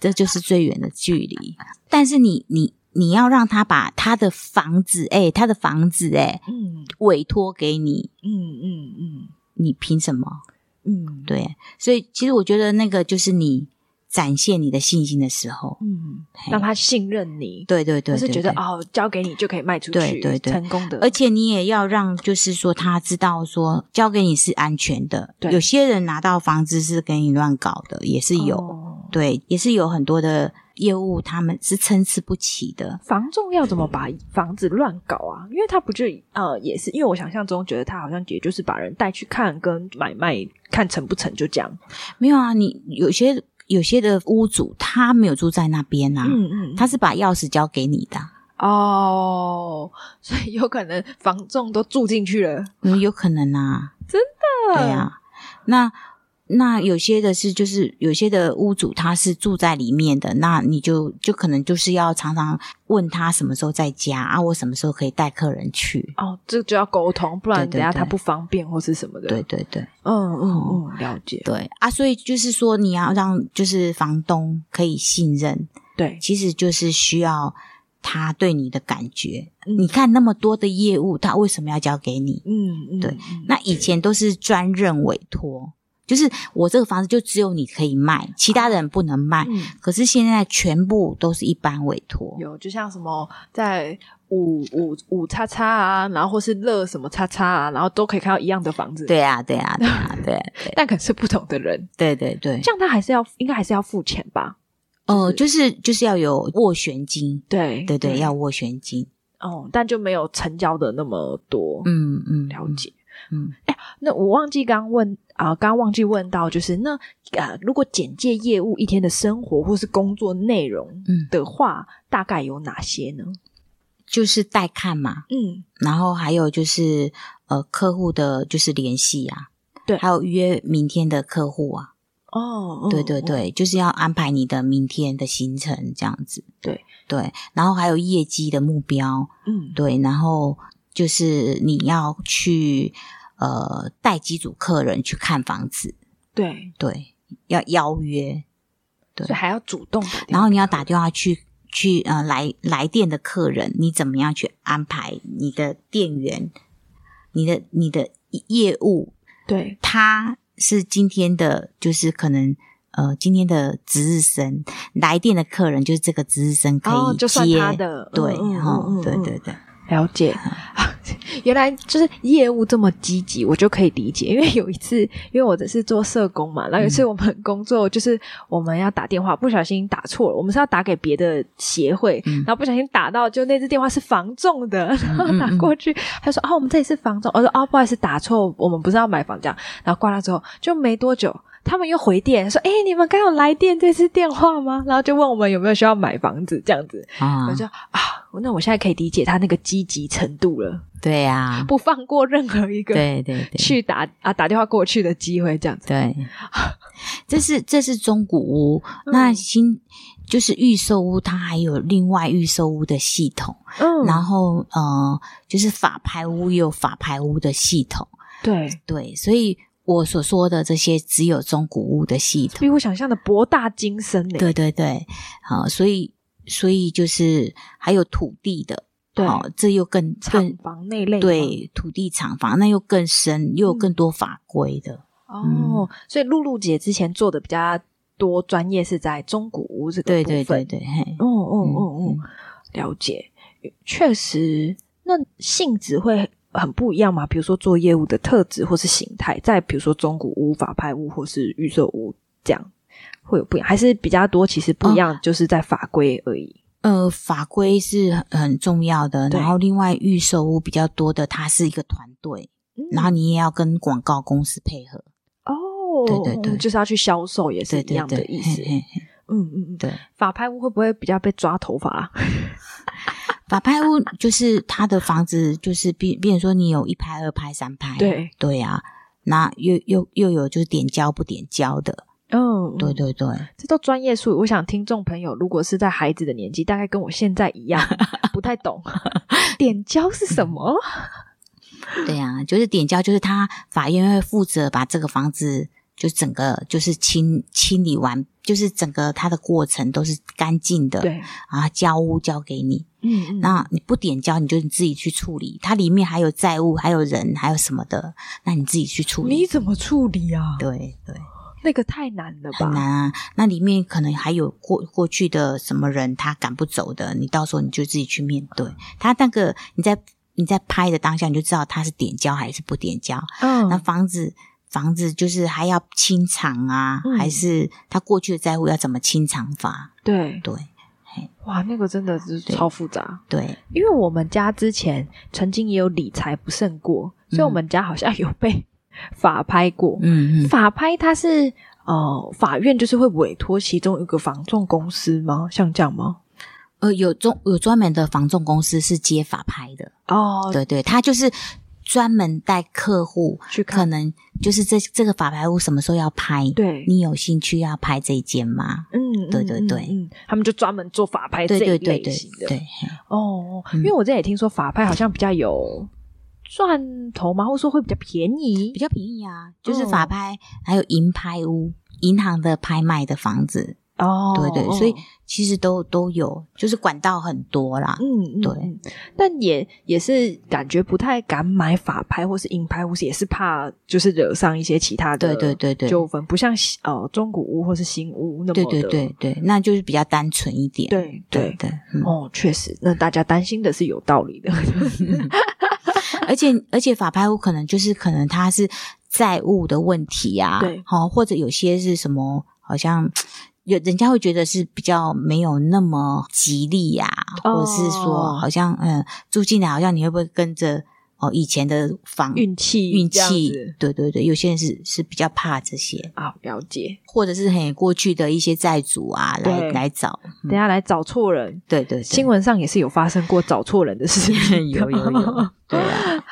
Speaker 2: 这就是最远的距离。但是你你你要让他把他的房子，哎、他的房子、哎，
Speaker 1: 嗯
Speaker 2: 委托给你，
Speaker 1: 嗯嗯嗯
Speaker 2: 你凭什么？
Speaker 1: 嗯，
Speaker 2: 对，所以其实我觉得那个就是你展现你的信心的时候，
Speaker 1: 嗯，
Speaker 2: 嘿
Speaker 1: 让他信任你，
Speaker 2: 对对对
Speaker 1: 他
Speaker 2: 对
Speaker 1: 是觉得
Speaker 2: 对
Speaker 1: 哦，交给你就可以卖出去，
Speaker 2: 对对对
Speaker 1: 成功的，
Speaker 2: 而且你也要让，就是说他知道说交给你是安全的。
Speaker 1: 对
Speaker 2: 有些人拿到房子是给你乱搞的，也是有，
Speaker 1: 哦
Speaker 2: 对，也是有很多的业务他们是参差不齐的。
Speaker 1: 房仲要怎么把房子乱搞啊？因为他不就呃，也是因为我想象中觉得他好像也就是把人带去看跟买卖，看成不成就这样。
Speaker 2: 没有啊，你有些有些的屋主他没有住在那边啊，
Speaker 1: 嗯嗯，
Speaker 2: 他是把钥匙交给你的啊，
Speaker 1: 哦， 所以有可能房仲都住进去了。
Speaker 2: 嗯，有可能啊，对
Speaker 1: 啊，
Speaker 2: 啊，那。那有些的是，就是有些的屋主他是住在里面的，那你就就可能就是要常常问他什么时候在家啊，我什么时候可以带客人去？
Speaker 1: 哦，这就要沟通，不然
Speaker 2: 对对
Speaker 1: 等下他
Speaker 2: 对
Speaker 1: 不方便或是什么的。
Speaker 2: 对，哦对对
Speaker 1: 嗯嗯嗯，了解。
Speaker 2: 对啊，所以就是说你要让就是房东可以信任，
Speaker 1: 对，
Speaker 2: 其实就是需要他对你的感觉。
Speaker 1: 嗯
Speaker 2: 你看那么多的业务，他为什么要交给你？
Speaker 1: 嗯嗯，
Speaker 2: 对
Speaker 1: 嗯
Speaker 2: 那以前都是专任委托，就是我这个房子就只有你可以卖，其他人不能卖。
Speaker 1: 嗯，
Speaker 2: 可是现在全部都是一般委托，
Speaker 1: 有，就像什么在五五五叉叉啊，然后或是乐什么叉叉啊，然后都可以看到一样的房子，，
Speaker 2: 对啊，对啊，对啊，对啊
Speaker 1: 但可能是不同的人，
Speaker 2: 对对对，
Speaker 1: 这样他还是要应该还是要付钱吧？
Speaker 2: 哦，就是就是要有斡旋金，
Speaker 1: 对
Speaker 2: 对对，要斡旋金，
Speaker 1: 哦，但就没有成交的那么多，
Speaker 2: 嗯嗯，
Speaker 1: 了
Speaker 2: 嗯，
Speaker 1: 解。
Speaker 2: 嗯，
Speaker 1: 那我忘记刚问啊，刚忘记问到，就是那啊，如果简介业务一天的生活或是工作内容
Speaker 2: 嗯
Speaker 1: 的话，大概有哪些呢？
Speaker 2: 就是带看嘛，
Speaker 1: 嗯，
Speaker 2: 然后还有就是呃客户的就是联系啊，
Speaker 1: 对
Speaker 2: 还有约明天的客户啊，
Speaker 1: 哦，
Speaker 2: 对对对，就是要安排你的明天的行程这样子。
Speaker 1: 对
Speaker 2: 对，然后还有业绩的目标，
Speaker 1: 嗯，
Speaker 2: 对，然后就是你要去呃带几组客人去看房子，
Speaker 1: 对，
Speaker 2: 对，要邀约，对
Speaker 1: 所以还要主动打电话，
Speaker 2: 然后你要打电话去去呃来来电的客人，你怎么样去安排你的店员，你的你的业务，
Speaker 1: 对
Speaker 2: 他是今天的，就是可能。呃，今天的值日生来电的客人就是这个值日生可以接，
Speaker 1: 哦就算他的
Speaker 2: 对，
Speaker 1: 嗯嗯
Speaker 2: 哦
Speaker 1: 嗯嗯
Speaker 2: 对
Speaker 1: 嗯
Speaker 2: 对对，
Speaker 1: 了解。 原来就是业务这么积极，我就可以理解。因为有一次， 因为我是做社工嘛，然后有一次我们工作就是我们要打电话，不小心打错了，我们是要打给别的协会，
Speaker 2: 嗯
Speaker 1: 然后不小心打到就那只电话是房仲的，然后
Speaker 2: 嗯
Speaker 1: 打过去， 他说啊我们这里是房仲，我说啊不好意思打错，我们不是要买房这样，然后挂掉之后就没多久。他们又回电说：“哎、你们刚有来电这次电话吗？”然后就问我们有没有需要买房子这样子，
Speaker 2: 啊
Speaker 1: 我，就啊，那我现在可以理解他那个积极程度了，
Speaker 2: 对呀、
Speaker 1: 不放过任何一个
Speaker 2: 嗯对对对，
Speaker 1: 去打啊打电话过去的机会，这样子。
Speaker 2: 对， 这是这是中古屋，那
Speaker 1: 嗯
Speaker 2: 新就是预售屋，它还有另外预售屋的系统，
Speaker 1: 嗯
Speaker 2: 然后呃，就是法拍屋也有法拍屋的系统，
Speaker 1: 对，
Speaker 2: 对，所以我所说的这些只有中古屋的系统，
Speaker 1: 比我想象的博大精深呢。
Speaker 2: 对对对，好、所以所以就是还有土地的，
Speaker 1: 对
Speaker 2: 好、这又更
Speaker 1: 厂
Speaker 2: 更
Speaker 1: 房那类的
Speaker 2: 对土地厂房，那又更深，又有
Speaker 1: 嗯
Speaker 2: 更多法规的。嗯
Speaker 1: 哦，所以露露姐之前做的比较多，专业是在中古屋这个
Speaker 2: 对
Speaker 1: 部
Speaker 2: 对对
Speaker 1: 分。
Speaker 2: 对，嘿，
Speaker 1: 哦哦哦哦
Speaker 2: 嗯，
Speaker 1: 了解，确实，那性质会很不一样嘛。比如说做业务的特质或是形态，在比如说中古屋、法拍屋或是预售屋这样，会有不一样，还是比较多。其实
Speaker 2: 哦
Speaker 1: 不一样，就是在法规而已。
Speaker 2: 呃，法规是很很重要的，
Speaker 1: 对
Speaker 2: 然后另外预售屋比较多的，它是一个团队，
Speaker 1: 嗯
Speaker 2: 然后你也要跟广告公司配合，
Speaker 1: 哦，
Speaker 2: 对对对
Speaker 1: 就是要去销售，也是
Speaker 2: 对
Speaker 1: 一
Speaker 2: 对
Speaker 1: 样的
Speaker 2: 对，
Speaker 1: 意思
Speaker 2: 嘿。嘿嘿
Speaker 1: 嗯嗯嗯，
Speaker 2: 对。
Speaker 1: 法拍屋会不会比较被抓头发
Speaker 2: 哎
Speaker 1: 啊？
Speaker 2: 法拍屋就是它的房子，就是比，比如说你有一拍、二拍、三拍，
Speaker 1: 对，
Speaker 2: 对啊，那又又又有就是点交不点交的，
Speaker 1: 嗯，
Speaker 2: 对对对，
Speaker 1: 这都专业术语。我想听众朋友如果是在孩子的年纪，大概跟我现在一 样，不太懂点交是什么。
Speaker 2: 对啊，就是点交就是他法院会负责把这个房子就整个就是清清理完，就是整个它的过程都是干净的，
Speaker 1: 对，
Speaker 2: 啊，交屋交给你，
Speaker 1: 嗯嗯
Speaker 2: 那你不点交，你就你自己去处理。它里面还有债务，还有人，还有什么的，那你自己去处
Speaker 1: 你
Speaker 2: 理。
Speaker 1: 怎么处理啊？
Speaker 2: 对对，
Speaker 1: 那个太难了吧？
Speaker 2: 很难啊。那里面可能还有过过去的什么人，他赶不走的，你到时候你就自己去面对。他那个你在你在拍的当下，你就知道他是点交还是不点交。
Speaker 1: 嗯，
Speaker 2: 那房子房子就是还要清偿啊，
Speaker 1: 嗯
Speaker 2: 还是他过去的债务要怎么清偿法？
Speaker 1: 对，
Speaker 2: 对
Speaker 1: 哇，那个真的是
Speaker 2: 对
Speaker 1: 超复杂。
Speaker 2: 对，
Speaker 1: 因为我们家之前曾经也有理财不慎过，所以我们家好像有被法拍过。
Speaker 2: 嗯嗯，
Speaker 1: 法拍它是呃，法院就是会委托其中一个房仲公司吗？像这样吗？
Speaker 2: 呃，有专有专门的房仲公司是接法拍的。
Speaker 1: 哦，
Speaker 2: 对对，他就是专门带客户，
Speaker 1: 去
Speaker 2: 可
Speaker 1: 看
Speaker 2: 能就是这这个法拍屋什么时候要拍，
Speaker 1: 对，
Speaker 2: 你有兴趣要拍这一间吗？
Speaker 1: 嗯，
Speaker 2: 对
Speaker 1: 嗯
Speaker 2: 对
Speaker 1: 嗯
Speaker 2: 对
Speaker 1: 嗯，他们就专门做法拍这
Speaker 2: 对
Speaker 1: 一
Speaker 2: 对对
Speaker 1: 类
Speaker 2: 对
Speaker 1: 型的。
Speaker 2: 对，
Speaker 1: 哦，
Speaker 2: 嗯
Speaker 1: 因为我之前也听说法拍好像比较有赚头嘛，或者说会比较便宜
Speaker 2: 比。较便宜啊，就是
Speaker 1: 哦
Speaker 2: 法拍、还有银拍屋。银行的拍卖的房子，
Speaker 1: 哦
Speaker 2: 对对，所以
Speaker 1: 哦
Speaker 2: 其实都都有，就是管道很多啦。
Speaker 1: 嗯，嗯
Speaker 2: 对
Speaker 1: 嗯但也也是感觉不太敢买法拍或是银拍，或是也是怕就是惹上一些其他的
Speaker 2: 对对对对，
Speaker 1: 纠纷，不像呃中古屋或是新屋那么
Speaker 2: 对
Speaker 1: 的
Speaker 2: 对对对，那就是比较单纯一点。
Speaker 1: 对
Speaker 2: 对
Speaker 1: 对。
Speaker 2: 对，嗯
Speaker 1: 哦，确实，那大家担心的是有道 理的。
Speaker 2: 而且而且法拍屋可能就是可能他是债务的问题啊，
Speaker 1: 对
Speaker 2: 好、或者有些是什么，好像有人家会觉得是比较没有那么吉利呀、
Speaker 1: 哦
Speaker 2: 或者是说好像嗯住进来好像你会不会跟着哦以前的房
Speaker 1: 运气
Speaker 2: 运
Speaker 1: 这样
Speaker 2: 气
Speaker 1: 子，
Speaker 2: 对对对，有些人是是比较怕这些，
Speaker 1: 啊，了解。
Speaker 2: 或者是很过去的一些债主啊来
Speaker 1: 对
Speaker 2: 来找，
Speaker 1: 等一下来找错人，
Speaker 2: 对对对，。
Speaker 1: 新闻上也是有发生过找错人的事情
Speaker 2: 有有有，对啊，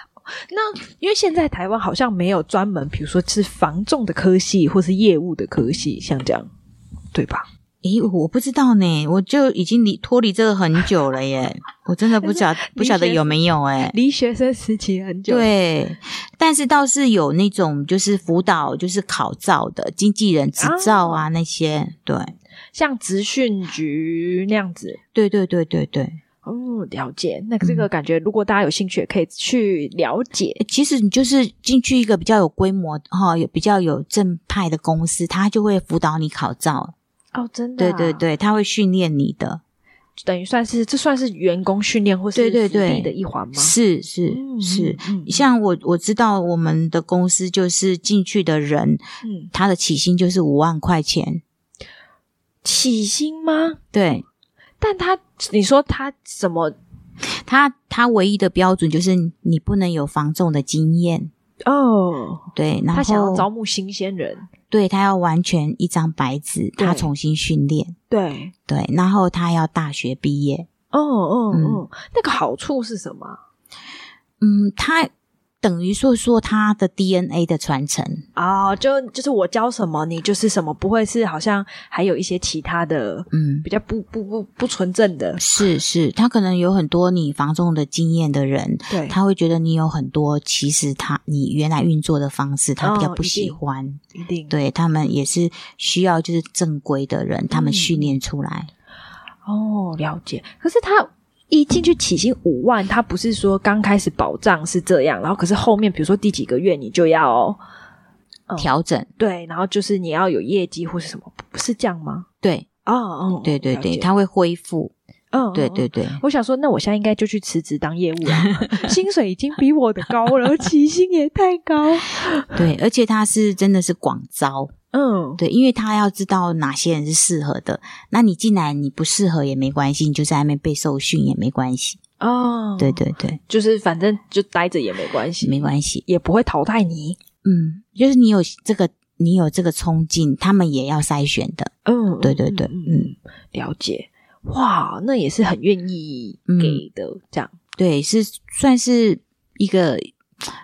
Speaker 1: 那因为现在台湾好像没有专门，比如说是防重的科系或是业务的科系，像这样，对吧？
Speaker 2: 诶，我不知道呢，我就已经离脱离这个很久了耶，我真的不晓不晓得有没有诶。
Speaker 1: 离学生时期很久，，
Speaker 2: 对，但是倒是有那种就是辅导，就是考照的经纪人执照啊那些，对，
Speaker 1: 像职训局那样子。
Speaker 2: 对对对对对。
Speaker 1: 哦，了解。那这个感觉，如果大家有兴趣，也可以去了解。
Speaker 2: 其实你就是进去一个比较有规模哈、有比较有正派的公司，他就会辅导你考照。
Speaker 1: 哦，真的、
Speaker 2: 对对，对，他会训练你的。
Speaker 1: 等于算是这算是员工训练或是
Speaker 2: 对对
Speaker 1: 福利
Speaker 2: 对
Speaker 1: 的一环吗？
Speaker 2: 是是
Speaker 1: 嗯
Speaker 2: 是，，
Speaker 1: 嗯嗯
Speaker 2: 像我我知道我们的公司就是进去的人，
Speaker 1: 嗯，
Speaker 2: 他的起薪就是五万块钱。
Speaker 1: 起薪吗？
Speaker 2: 对
Speaker 1: 但他你说他什么？
Speaker 2: 他，他唯一的标准就是你不能有防重的经验。
Speaker 1: 哦，
Speaker 2: 对，然后
Speaker 1: 他想要招募新鲜人，
Speaker 2: 对他要完全一张白纸，
Speaker 1: 对
Speaker 2: 他重新训练。
Speaker 1: 对，
Speaker 2: 对，然后他要大学毕业。
Speaker 1: 哦哦
Speaker 2: 嗯
Speaker 1: 哦，那个好处是什么
Speaker 2: 嗯，他等于说说他的 DNA 的传承。
Speaker 1: 啊？就就是我教什么，你就是什么，不会是好像还有一些其他的
Speaker 2: 嗯，
Speaker 1: 比较不不不不纯正的，
Speaker 2: 是是，他可能有很多你防重的经验的人，
Speaker 1: 对，
Speaker 2: 他会觉得你有很多，其实他你原来运作的方式，他比较
Speaker 1: 哦
Speaker 2: 不
Speaker 1: 一
Speaker 2: 喜
Speaker 1: 定
Speaker 2: 欢。
Speaker 1: 一定
Speaker 2: 对他们也是需要就是正规的人，他们
Speaker 1: 嗯
Speaker 2: 训练出来。
Speaker 1: 哦，了解。可是他一进去起薪五万，他不是说刚开始保障是这样，然后可是后面比如说第几个月你就要哦
Speaker 2: 调整。
Speaker 1: 对，然后就是你要有业绩或是什么，不是这样吗？
Speaker 2: 对
Speaker 1: 哦哦，
Speaker 2: 对对
Speaker 1: 了
Speaker 2: 对，
Speaker 1: 解
Speaker 2: 他会恢复。
Speaker 1: 嗯，
Speaker 2: 对
Speaker 1: 嗯
Speaker 2: 对。对，
Speaker 1: 我想说，那我现在应该就去辞职当业务 了，薪水已经比我的高了，起薪也太高。
Speaker 2: 对，而且他是真的是广招，
Speaker 1: 嗯，
Speaker 2: 对，因为他要知道哪些人是适合的。那你进来你不适合也没关系，你就在外面被受训也没关系。
Speaker 1: 哦，
Speaker 2: 对，对对，
Speaker 1: 就是反正就待着也没关系，
Speaker 2: 没关系。
Speaker 1: 也不会淘汰你。
Speaker 2: 嗯，就是你有这个，你有这个冲劲，他们也要筛选的。
Speaker 1: 嗯，
Speaker 2: 对对对
Speaker 1: 嗯嗯，嗯了解。哇，那也是很愿意给的，这样
Speaker 2: 对，是算是一个，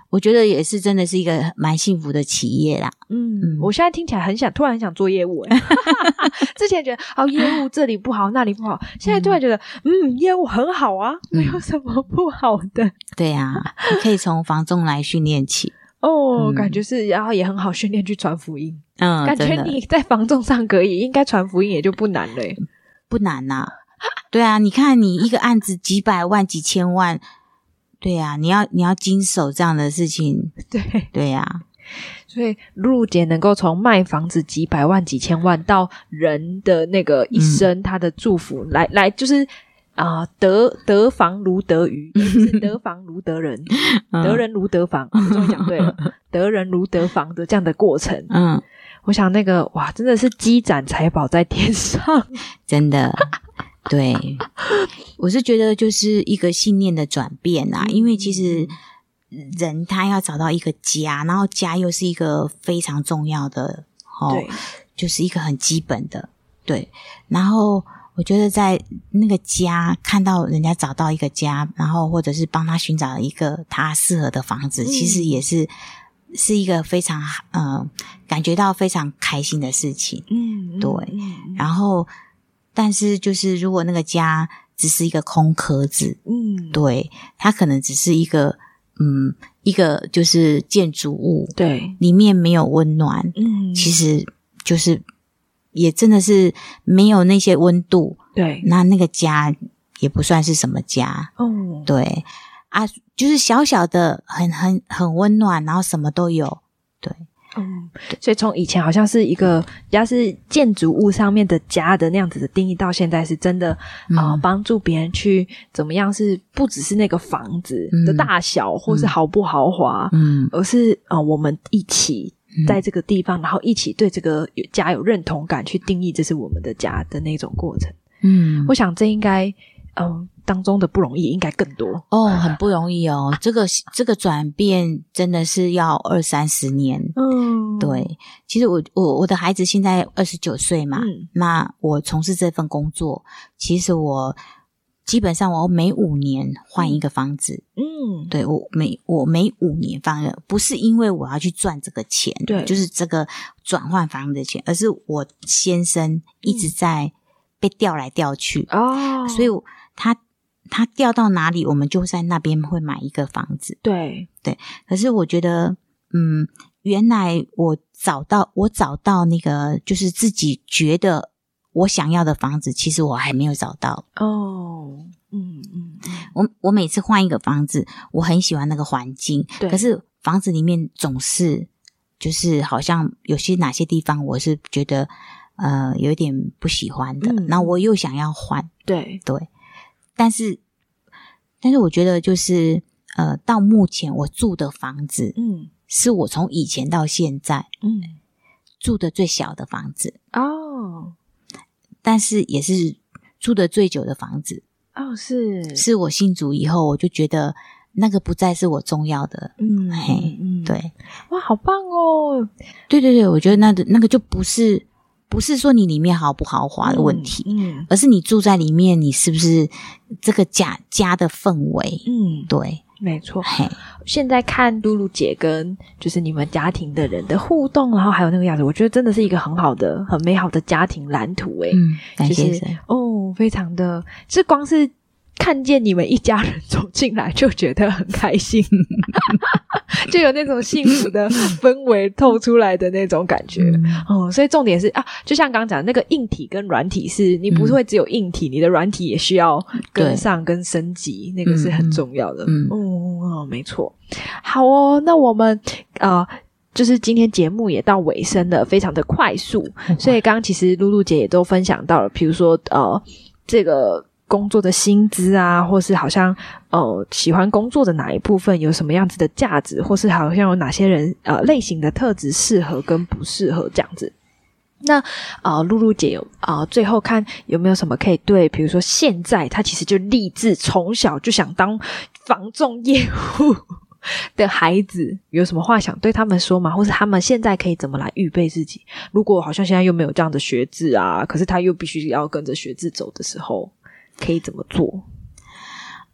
Speaker 2: 我觉得也是真的是一个蛮幸福的企业啦。
Speaker 1: 嗯
Speaker 2: 嗯
Speaker 1: 我现在听起来很想，突然很想做业务、 欸。之前觉得哦，业务这里不好，那里不好，现在突然觉得，嗯，业务很好啊，
Speaker 2: 嗯
Speaker 1: 没有什么不好的。
Speaker 2: 对 啊，你可以从房仲来训练起。
Speaker 1: 哦，
Speaker 2: 嗯
Speaker 1: 感觉是，然后也很好训练去传福音，
Speaker 2: 嗯，
Speaker 1: 感
Speaker 2: 真
Speaker 1: 觉
Speaker 2: 的
Speaker 1: 你在防重上可以，应该传福音也就不难了欸、
Speaker 2: 不难呐、对啊，你看你一个案子几百万、几千万，对啊，你要你要经手这样的事情，
Speaker 1: 对，
Speaker 2: 对啊，
Speaker 1: 所以露姐能够从卖房子几百万、几千万到人的那个
Speaker 2: 嗯
Speaker 1: 一生，她的祝福、来来就是。啊、得得房如得鱼，也就是得房如得 人，
Speaker 2: 嗯
Speaker 1: 得人如得房，我终于讲对了，得人如得房的这样的过程，
Speaker 2: 嗯，嗯，
Speaker 1: 我想那个哇，真的是积攒财宝在天上，
Speaker 2: 真的。对，我是觉得就是一个信念的转变啊，
Speaker 1: 嗯
Speaker 2: 因为其实人他要找到一个家，然后家又是一个非常重要的哦，
Speaker 1: 对，
Speaker 2: 就是一个很基本的，对。然后我觉得在那个家看到人家找到一个家，然后或者是帮他寻找一个他适合的房
Speaker 1: 嗯
Speaker 2: 子，其实也是是一个非常呃感觉到非常开心的事情。
Speaker 1: 嗯，嗯
Speaker 2: 对
Speaker 1: 嗯
Speaker 2: 然后，但是就是如果那个家只是一个空壳子，
Speaker 1: 嗯，
Speaker 2: 对，它可能只是一个嗯一个就是建筑物，
Speaker 1: 对，
Speaker 2: 里面没有温暖，
Speaker 1: 嗯，
Speaker 2: 其实就是也真的是没有那些温度，
Speaker 1: 对，
Speaker 2: 那那个家也不算是什么家，
Speaker 1: 哦，
Speaker 2: 对啊，就是小小的，很很很温暖，然后什么都有，对
Speaker 1: 嗯，所以从以前好像是一个要是建筑物上面的家的那样子的定义，到现在是真的啊、
Speaker 2: 嗯
Speaker 1: 帮、助别人去怎么样是不只是那个房子的
Speaker 2: 嗯
Speaker 1: 大小，或是豪不豪华，
Speaker 2: 嗯，
Speaker 1: 而是啊、呃我们一起
Speaker 2: 嗯
Speaker 1: 在这个地方，然后一起对这个有家有认同感，去定义这是我们的家的那种过程。
Speaker 2: 嗯
Speaker 1: 我想这应该嗯、当中的不容易应该更多。
Speaker 2: 哦，很不容易哦，这个这个转变真的是要二三十年。
Speaker 1: 嗯，
Speaker 2: 对，其实我我我的孩子现在二十九岁嘛，
Speaker 1: 嗯
Speaker 2: 那我从事这份工作，其实我基本上我每五年换一个房子，
Speaker 1: 嗯，
Speaker 2: 对我每我每五年换一个，不是因为我要去赚这个钱，
Speaker 1: 对
Speaker 2: 就是这个转换房子的钱，而是我先生一直在被调来调去，
Speaker 1: 嗯哦，
Speaker 2: 所以我他他调到哪里，我们就在那边会买一个房子。
Speaker 1: 对，
Speaker 2: 可是我觉得，嗯，原来我找到我找到那个就是自己觉得我想要的房子，其实我还没有找到。
Speaker 1: 哦，嗯嗯，嗯
Speaker 2: 我我每次换一个房子，我很喜欢那个环境，
Speaker 1: 对
Speaker 2: 可是房子里面总是就是好像有些哪些地方我是觉得呃有点不喜欢的，
Speaker 1: 嗯
Speaker 2: 那、我又想要换，
Speaker 1: 对，
Speaker 2: 但是但是我觉得就是呃到目前我住的房子
Speaker 1: 嗯
Speaker 2: 是我从以前到现在。
Speaker 1: 嗯，
Speaker 2: 住的最小的房子，
Speaker 1: 哦
Speaker 2: 但是也是住的最久的房子。
Speaker 1: 哦是，
Speaker 2: 是我信主以后，我就觉得那个不再是我重要的。
Speaker 1: 嗯
Speaker 2: 嘿
Speaker 1: 嗯，嗯，
Speaker 2: 对，
Speaker 1: 哇，好棒哦，
Speaker 2: 对对对，我觉得那个那个就不是不是说你里面豪不豪华的问题，
Speaker 1: 嗯
Speaker 2: 而是你住在里面，你是不是这个家家的氛围？
Speaker 1: 嗯，嗯
Speaker 2: 对，
Speaker 1: 没错。
Speaker 2: 嘿，
Speaker 1: 现在看露露姐跟就是你们家庭的人的互动，然后还有那个样子，我觉得真的是一个很好的、很美好的家庭蓝图欸诶、
Speaker 2: 嗯，感
Speaker 1: 就
Speaker 2: 谢
Speaker 1: 是
Speaker 2: 神，
Speaker 1: 哦，非常的，这光是看见你们一家人走进来就觉得很开心， 就有那种幸福的氛围透出来的那种感觉。
Speaker 2: 嗯
Speaker 1: 哦，所以重点是啊，就像刚刚讲的那个硬体跟软体是，你不
Speaker 2: 嗯
Speaker 1: 会只有硬体，你的软体也需要跟
Speaker 2: 对
Speaker 1: 上跟升级，那个是很重要的。
Speaker 2: 嗯嗯
Speaker 1: 哦哦，没错。好哦，那我们呃。就是今天节目也到尾声了，非常的快速，所以刚刚其实露露姐也都分享到了，比如说呃，这个工作的薪资啊，或是好像呃喜欢工作的哪一部分有什么样子的价值，或是好像有哪些人呃类型的特质适合跟不适合这样子。那呃，露露姐有啊、呃最后看有没有什么可以对，比如说现在她其实就立志从小就想当房仲业务 的孩子，有什么话想对他们说吗？或是他们现在可以怎么来预备自己？如果好像现在又没有这样的学制啊，可是他又必须要跟着学制走的时候，可以怎么做？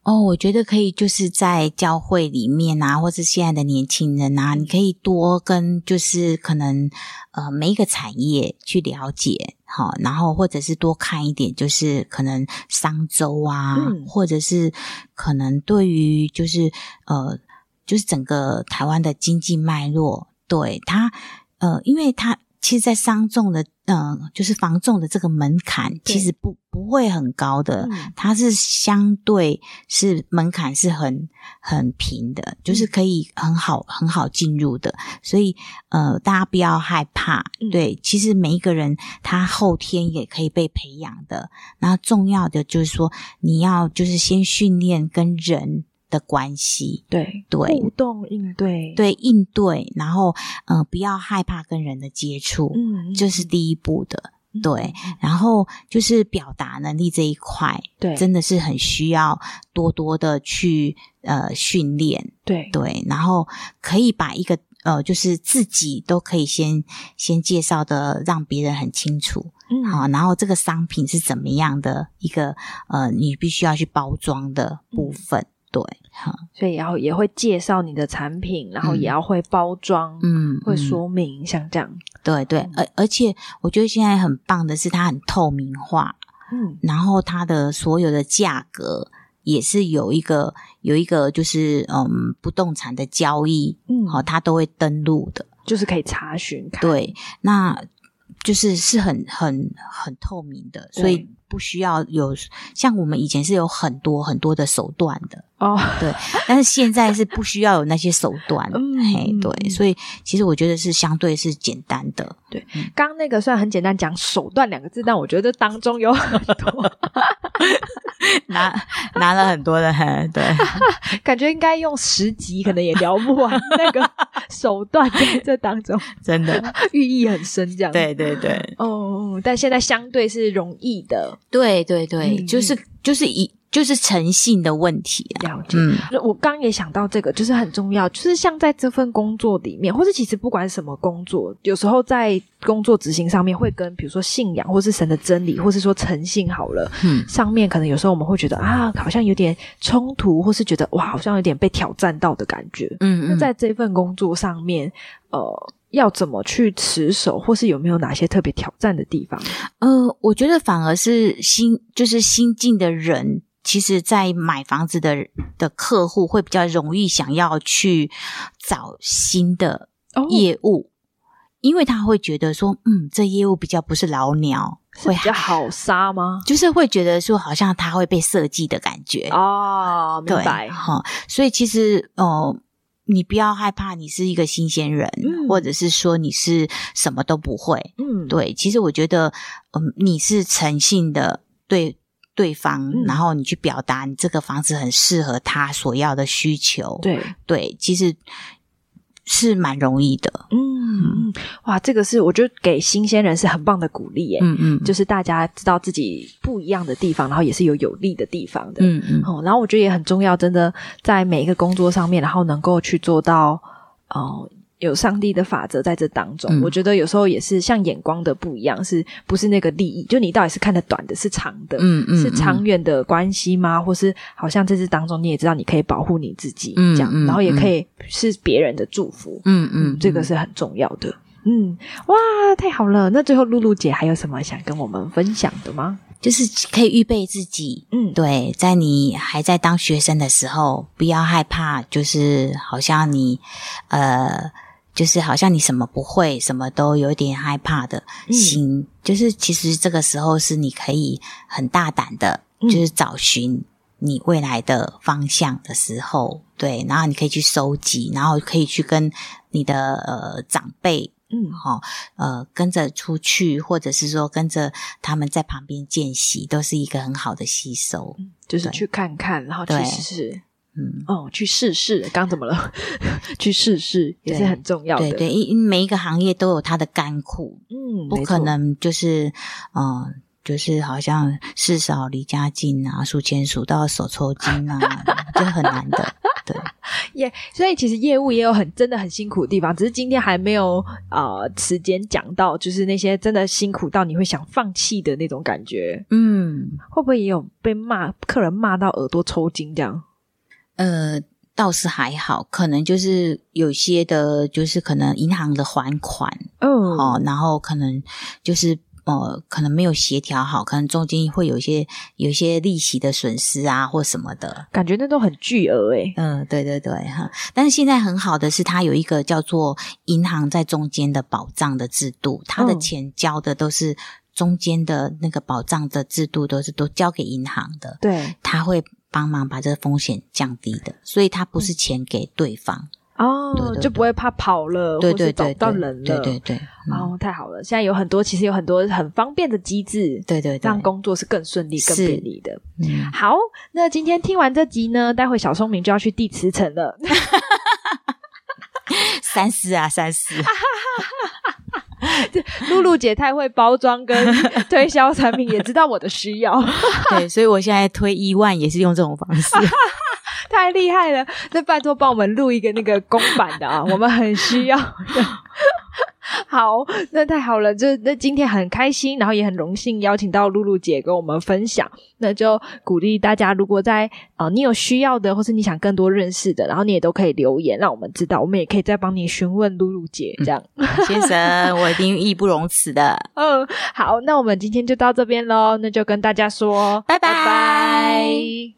Speaker 2: 哦，我觉得可以，就是在教会里面啊，或是现在的年轻人啊，你可以多跟就是可能呃每一个产业去了解，好，然后或者是多看一点，就是可能商周啊，
Speaker 1: 嗯
Speaker 2: 或者是可能对于就是呃就是整个台湾的经济脉络，对它呃，因为它其实，在商仲的呃就是房仲的这个门槛，
Speaker 1: 对
Speaker 2: 其实不不会很高的，
Speaker 1: 嗯
Speaker 2: 它是相对是门槛是很很平的，就是
Speaker 1: 嗯
Speaker 2: 可以很好很好进入的，所以呃，大家不要害怕
Speaker 1: 嗯。
Speaker 2: 对，其实每一个人他后天也可以被培养的。那重要的就是说，你要就是先训练跟人的关系，
Speaker 1: 对
Speaker 2: 对
Speaker 1: 互动应对，，
Speaker 2: 对应对，然后呃，不要害怕跟人的接触，
Speaker 1: 嗯，
Speaker 2: 这是第一步的。
Speaker 1: 嗯
Speaker 2: 对，然后就是表达能力这一块，
Speaker 1: 对
Speaker 2: 真的是很需要多多的去呃训练，
Speaker 1: 对
Speaker 2: 对，然后可以把一个呃，就是自己都可以先先介绍的，让别人很清楚，
Speaker 1: 嗯
Speaker 2: 好、然后这个商品是怎么样的一个呃，你必须要去包装的部分，对，哈，
Speaker 1: 所以然后也会介绍你的产品，然后
Speaker 2: 嗯
Speaker 1: 也要会包装，
Speaker 2: 嗯，
Speaker 1: 会
Speaker 2: 嗯
Speaker 1: 说明，像这样，
Speaker 2: 对对，而而且我觉得现在很棒的是它很透明化，
Speaker 1: 嗯
Speaker 2: 然后它的所有的价格也是有一个有一个就是嗯不动产的交易，
Speaker 1: 嗯，
Speaker 2: 好、，哦它都会登录的。
Speaker 1: 就是可以查询，看，
Speaker 2: 对，那就是是很很很透明的，
Speaker 1: 对
Speaker 2: 所以不需要有像我们以前是有很多很多的手段的，
Speaker 1: 哦，
Speaker 2: 对，但是现在是不需要有那些手段，
Speaker 1: 嗯
Speaker 2: 嘿，
Speaker 1: 嗯
Speaker 2: 对，所以其实我觉得是相对是简单的，
Speaker 1: 刚刚那个虽然很简单讲手段两个字，但我觉得当中有 很多，
Speaker 2: 拿拿了很多的，嘿对。
Speaker 1: 感觉应该用十集可能也聊不完那 个手段在这当中
Speaker 2: 真 的，
Speaker 1: 寓意很深，这样，
Speaker 2: 对对对
Speaker 1: 哦，但现在相对是容易的，
Speaker 2: 对对对，
Speaker 1: 嗯
Speaker 2: 就是就是以就是诚信的问题啊。
Speaker 1: 了解。
Speaker 2: 嗯，
Speaker 1: 我刚刚也想到这个，就是很重要，就是像在这份工作里面，或是其实不管什么工作，有时候在工作执行上面会跟比如说信仰，或是神的真理，或是说诚信好了，
Speaker 2: 嗯
Speaker 1: 上面可能有时候我们会觉得啊，好像有点冲突，或是觉得哇，好像有点被挑战到的感觉。
Speaker 2: 嗯
Speaker 1: 那
Speaker 2: 嗯，
Speaker 1: 在这份工作上面，呃，要怎么去持守，或是有没有哪些特别挑战的地方？
Speaker 2: 呃，我觉得反而是新，就是新进的人，其实在买房子的的客户会比较容易想要去找新的
Speaker 1: 哦
Speaker 2: 业务，因为他会觉得说，嗯，这业务比较不是老鸟，
Speaker 1: 是
Speaker 2: 会
Speaker 1: 比较好杀吗？
Speaker 2: 就是会觉得说好像他会被设计的感觉。
Speaker 1: 哦，明
Speaker 2: 对，
Speaker 1: 白。
Speaker 2: 哈、所以其实哦、呃你不要害怕，你是一个新鲜人，
Speaker 1: 嗯
Speaker 2: 或者是说你是什么都不会，
Speaker 1: 嗯，
Speaker 2: 对，其实我觉得，嗯，你是诚信的对对方，
Speaker 1: 嗯
Speaker 2: 然后你去表达你这个房子很适合他所要的需求。
Speaker 1: 对，
Speaker 2: 对，其实是蛮容易的。
Speaker 1: 嗯，嗯哇，这个是我觉得给新鲜人是很棒的鼓励耶，
Speaker 2: 嗯嗯，
Speaker 1: 就是大家知道自己不一样的地方，然后也是有有利的地方的。
Speaker 2: 嗯嗯，
Speaker 1: 哦，然后我觉得也很重要，真的在每一个工作上面，然后能够去做到哦。有上帝的法则在这当中，
Speaker 2: 嗯
Speaker 1: 我觉得有时候也是像眼光的不一样，是不是那个利益？就你到底是看的短的，是长的，
Speaker 2: 嗯嗯
Speaker 1: 是长远的关系吗？或是好像这次当中你也知道，你可以保护你自己，
Speaker 2: 嗯
Speaker 1: 这样，
Speaker 2: 嗯
Speaker 1: 然后也
Speaker 2: 嗯
Speaker 1: 可以是别人的祝福。
Speaker 2: 嗯
Speaker 1: 嗯
Speaker 2: 嗯，，
Speaker 1: 这个是很重要的。嗯，哇，太好了！那最后露露姐还有什么想跟我们分享的吗？
Speaker 2: 就是可以预备自己。
Speaker 1: 嗯，
Speaker 2: 对，在你还在当学生的时候，不要害怕，就是好像你，呃，就是好像你什么不会，什么都有点害怕的
Speaker 1: 嗯
Speaker 2: 心，就是其实这个时候是你可以很大胆的，
Speaker 1: 嗯
Speaker 2: 就是找寻你未来的方向的时候，对，然后你可以去收集，然后可以去跟你的呃长辈
Speaker 1: 嗯，
Speaker 2: 哦，呃，跟着出去，或者是说跟着他们在旁边见习，都是一个很好的吸收。
Speaker 1: 就是
Speaker 2: 对
Speaker 1: 去看看，然后去
Speaker 2: 对
Speaker 1: 试试，
Speaker 2: 嗯，
Speaker 1: 哦，去试试。刚怎么了？ 去试试也是
Speaker 2: 对
Speaker 1: 很重要的。
Speaker 2: 对对，因因为每一个行业都有它的甘苦，
Speaker 1: 嗯，
Speaker 2: 不
Speaker 1: 没
Speaker 2: 可
Speaker 1: 错。
Speaker 2: 能就是，嗯、就是好像事少离家近啊，数钱数到手抽筋啊，这很难的。对，
Speaker 1: 也、所以其实业务也有很真的很辛苦的地方，只是今天还没有啊、呃时间讲到，就是那些真的辛苦到你会想放弃的那种感觉，
Speaker 2: 嗯，
Speaker 1: 会不会也有被骂客人骂到耳朵抽筋这样？
Speaker 2: 呃，倒是还好，可能就是有些的，就是可能银行的还款，
Speaker 1: 嗯，
Speaker 2: 哦，然后可能就是呃，可能没有协调好，可能中间会有一些有一些利息的损失啊，或什么的。
Speaker 1: 感觉那都很巨额哎、
Speaker 2: 嗯，对对对，哈。但是现在很好的是，它有一个叫做银行在中间的保障的制度，它的
Speaker 1: 嗯
Speaker 2: 钱交的都是中间的那个保障的制度，都是都交给银行的，
Speaker 1: 对，
Speaker 2: 它会帮忙把这个风险降低的，所以它不
Speaker 1: 嗯
Speaker 2: 是钱给对方，
Speaker 1: 哦，
Speaker 2: 对对
Speaker 1: 就不会怕跑了，
Speaker 2: 对对
Speaker 1: 或是
Speaker 2: 对，
Speaker 1: 找不到
Speaker 2: 对
Speaker 1: 人了，
Speaker 2: 对对对，嗯
Speaker 1: 哦，太好了！现在有很多，其实有很多很方便的机制，
Speaker 2: 对对对
Speaker 1: 让，工作是更顺利、更
Speaker 2: 是
Speaker 1: 便利的。
Speaker 2: 嗯
Speaker 1: 好，那今天听完这集呢，待会小松明就要去第十层了。
Speaker 2: 三思啊，三思。
Speaker 1: 露露姐太会包装跟推销产品，也知道我的需要，
Speaker 2: 对，所以我现在推一万也是用这种方式。
Speaker 1: 太厉害了！那拜托帮我们录一个那个公版的啊，我们很需要的。好，那太好了，就那今天很开心，然后也很荣幸邀请到露露姐跟我们分享。那就鼓励大家，如果在呃你有需要的，或是你想更多认识的，然后你也都可以留言，让我们知道，我们也可以再帮你询问露露姐这样。
Speaker 2: 先生，我一定义不容辞的。
Speaker 1: 嗯，好，那我们今天就到这边喽，那就跟大家说，
Speaker 2: 拜拜
Speaker 1: 拜拜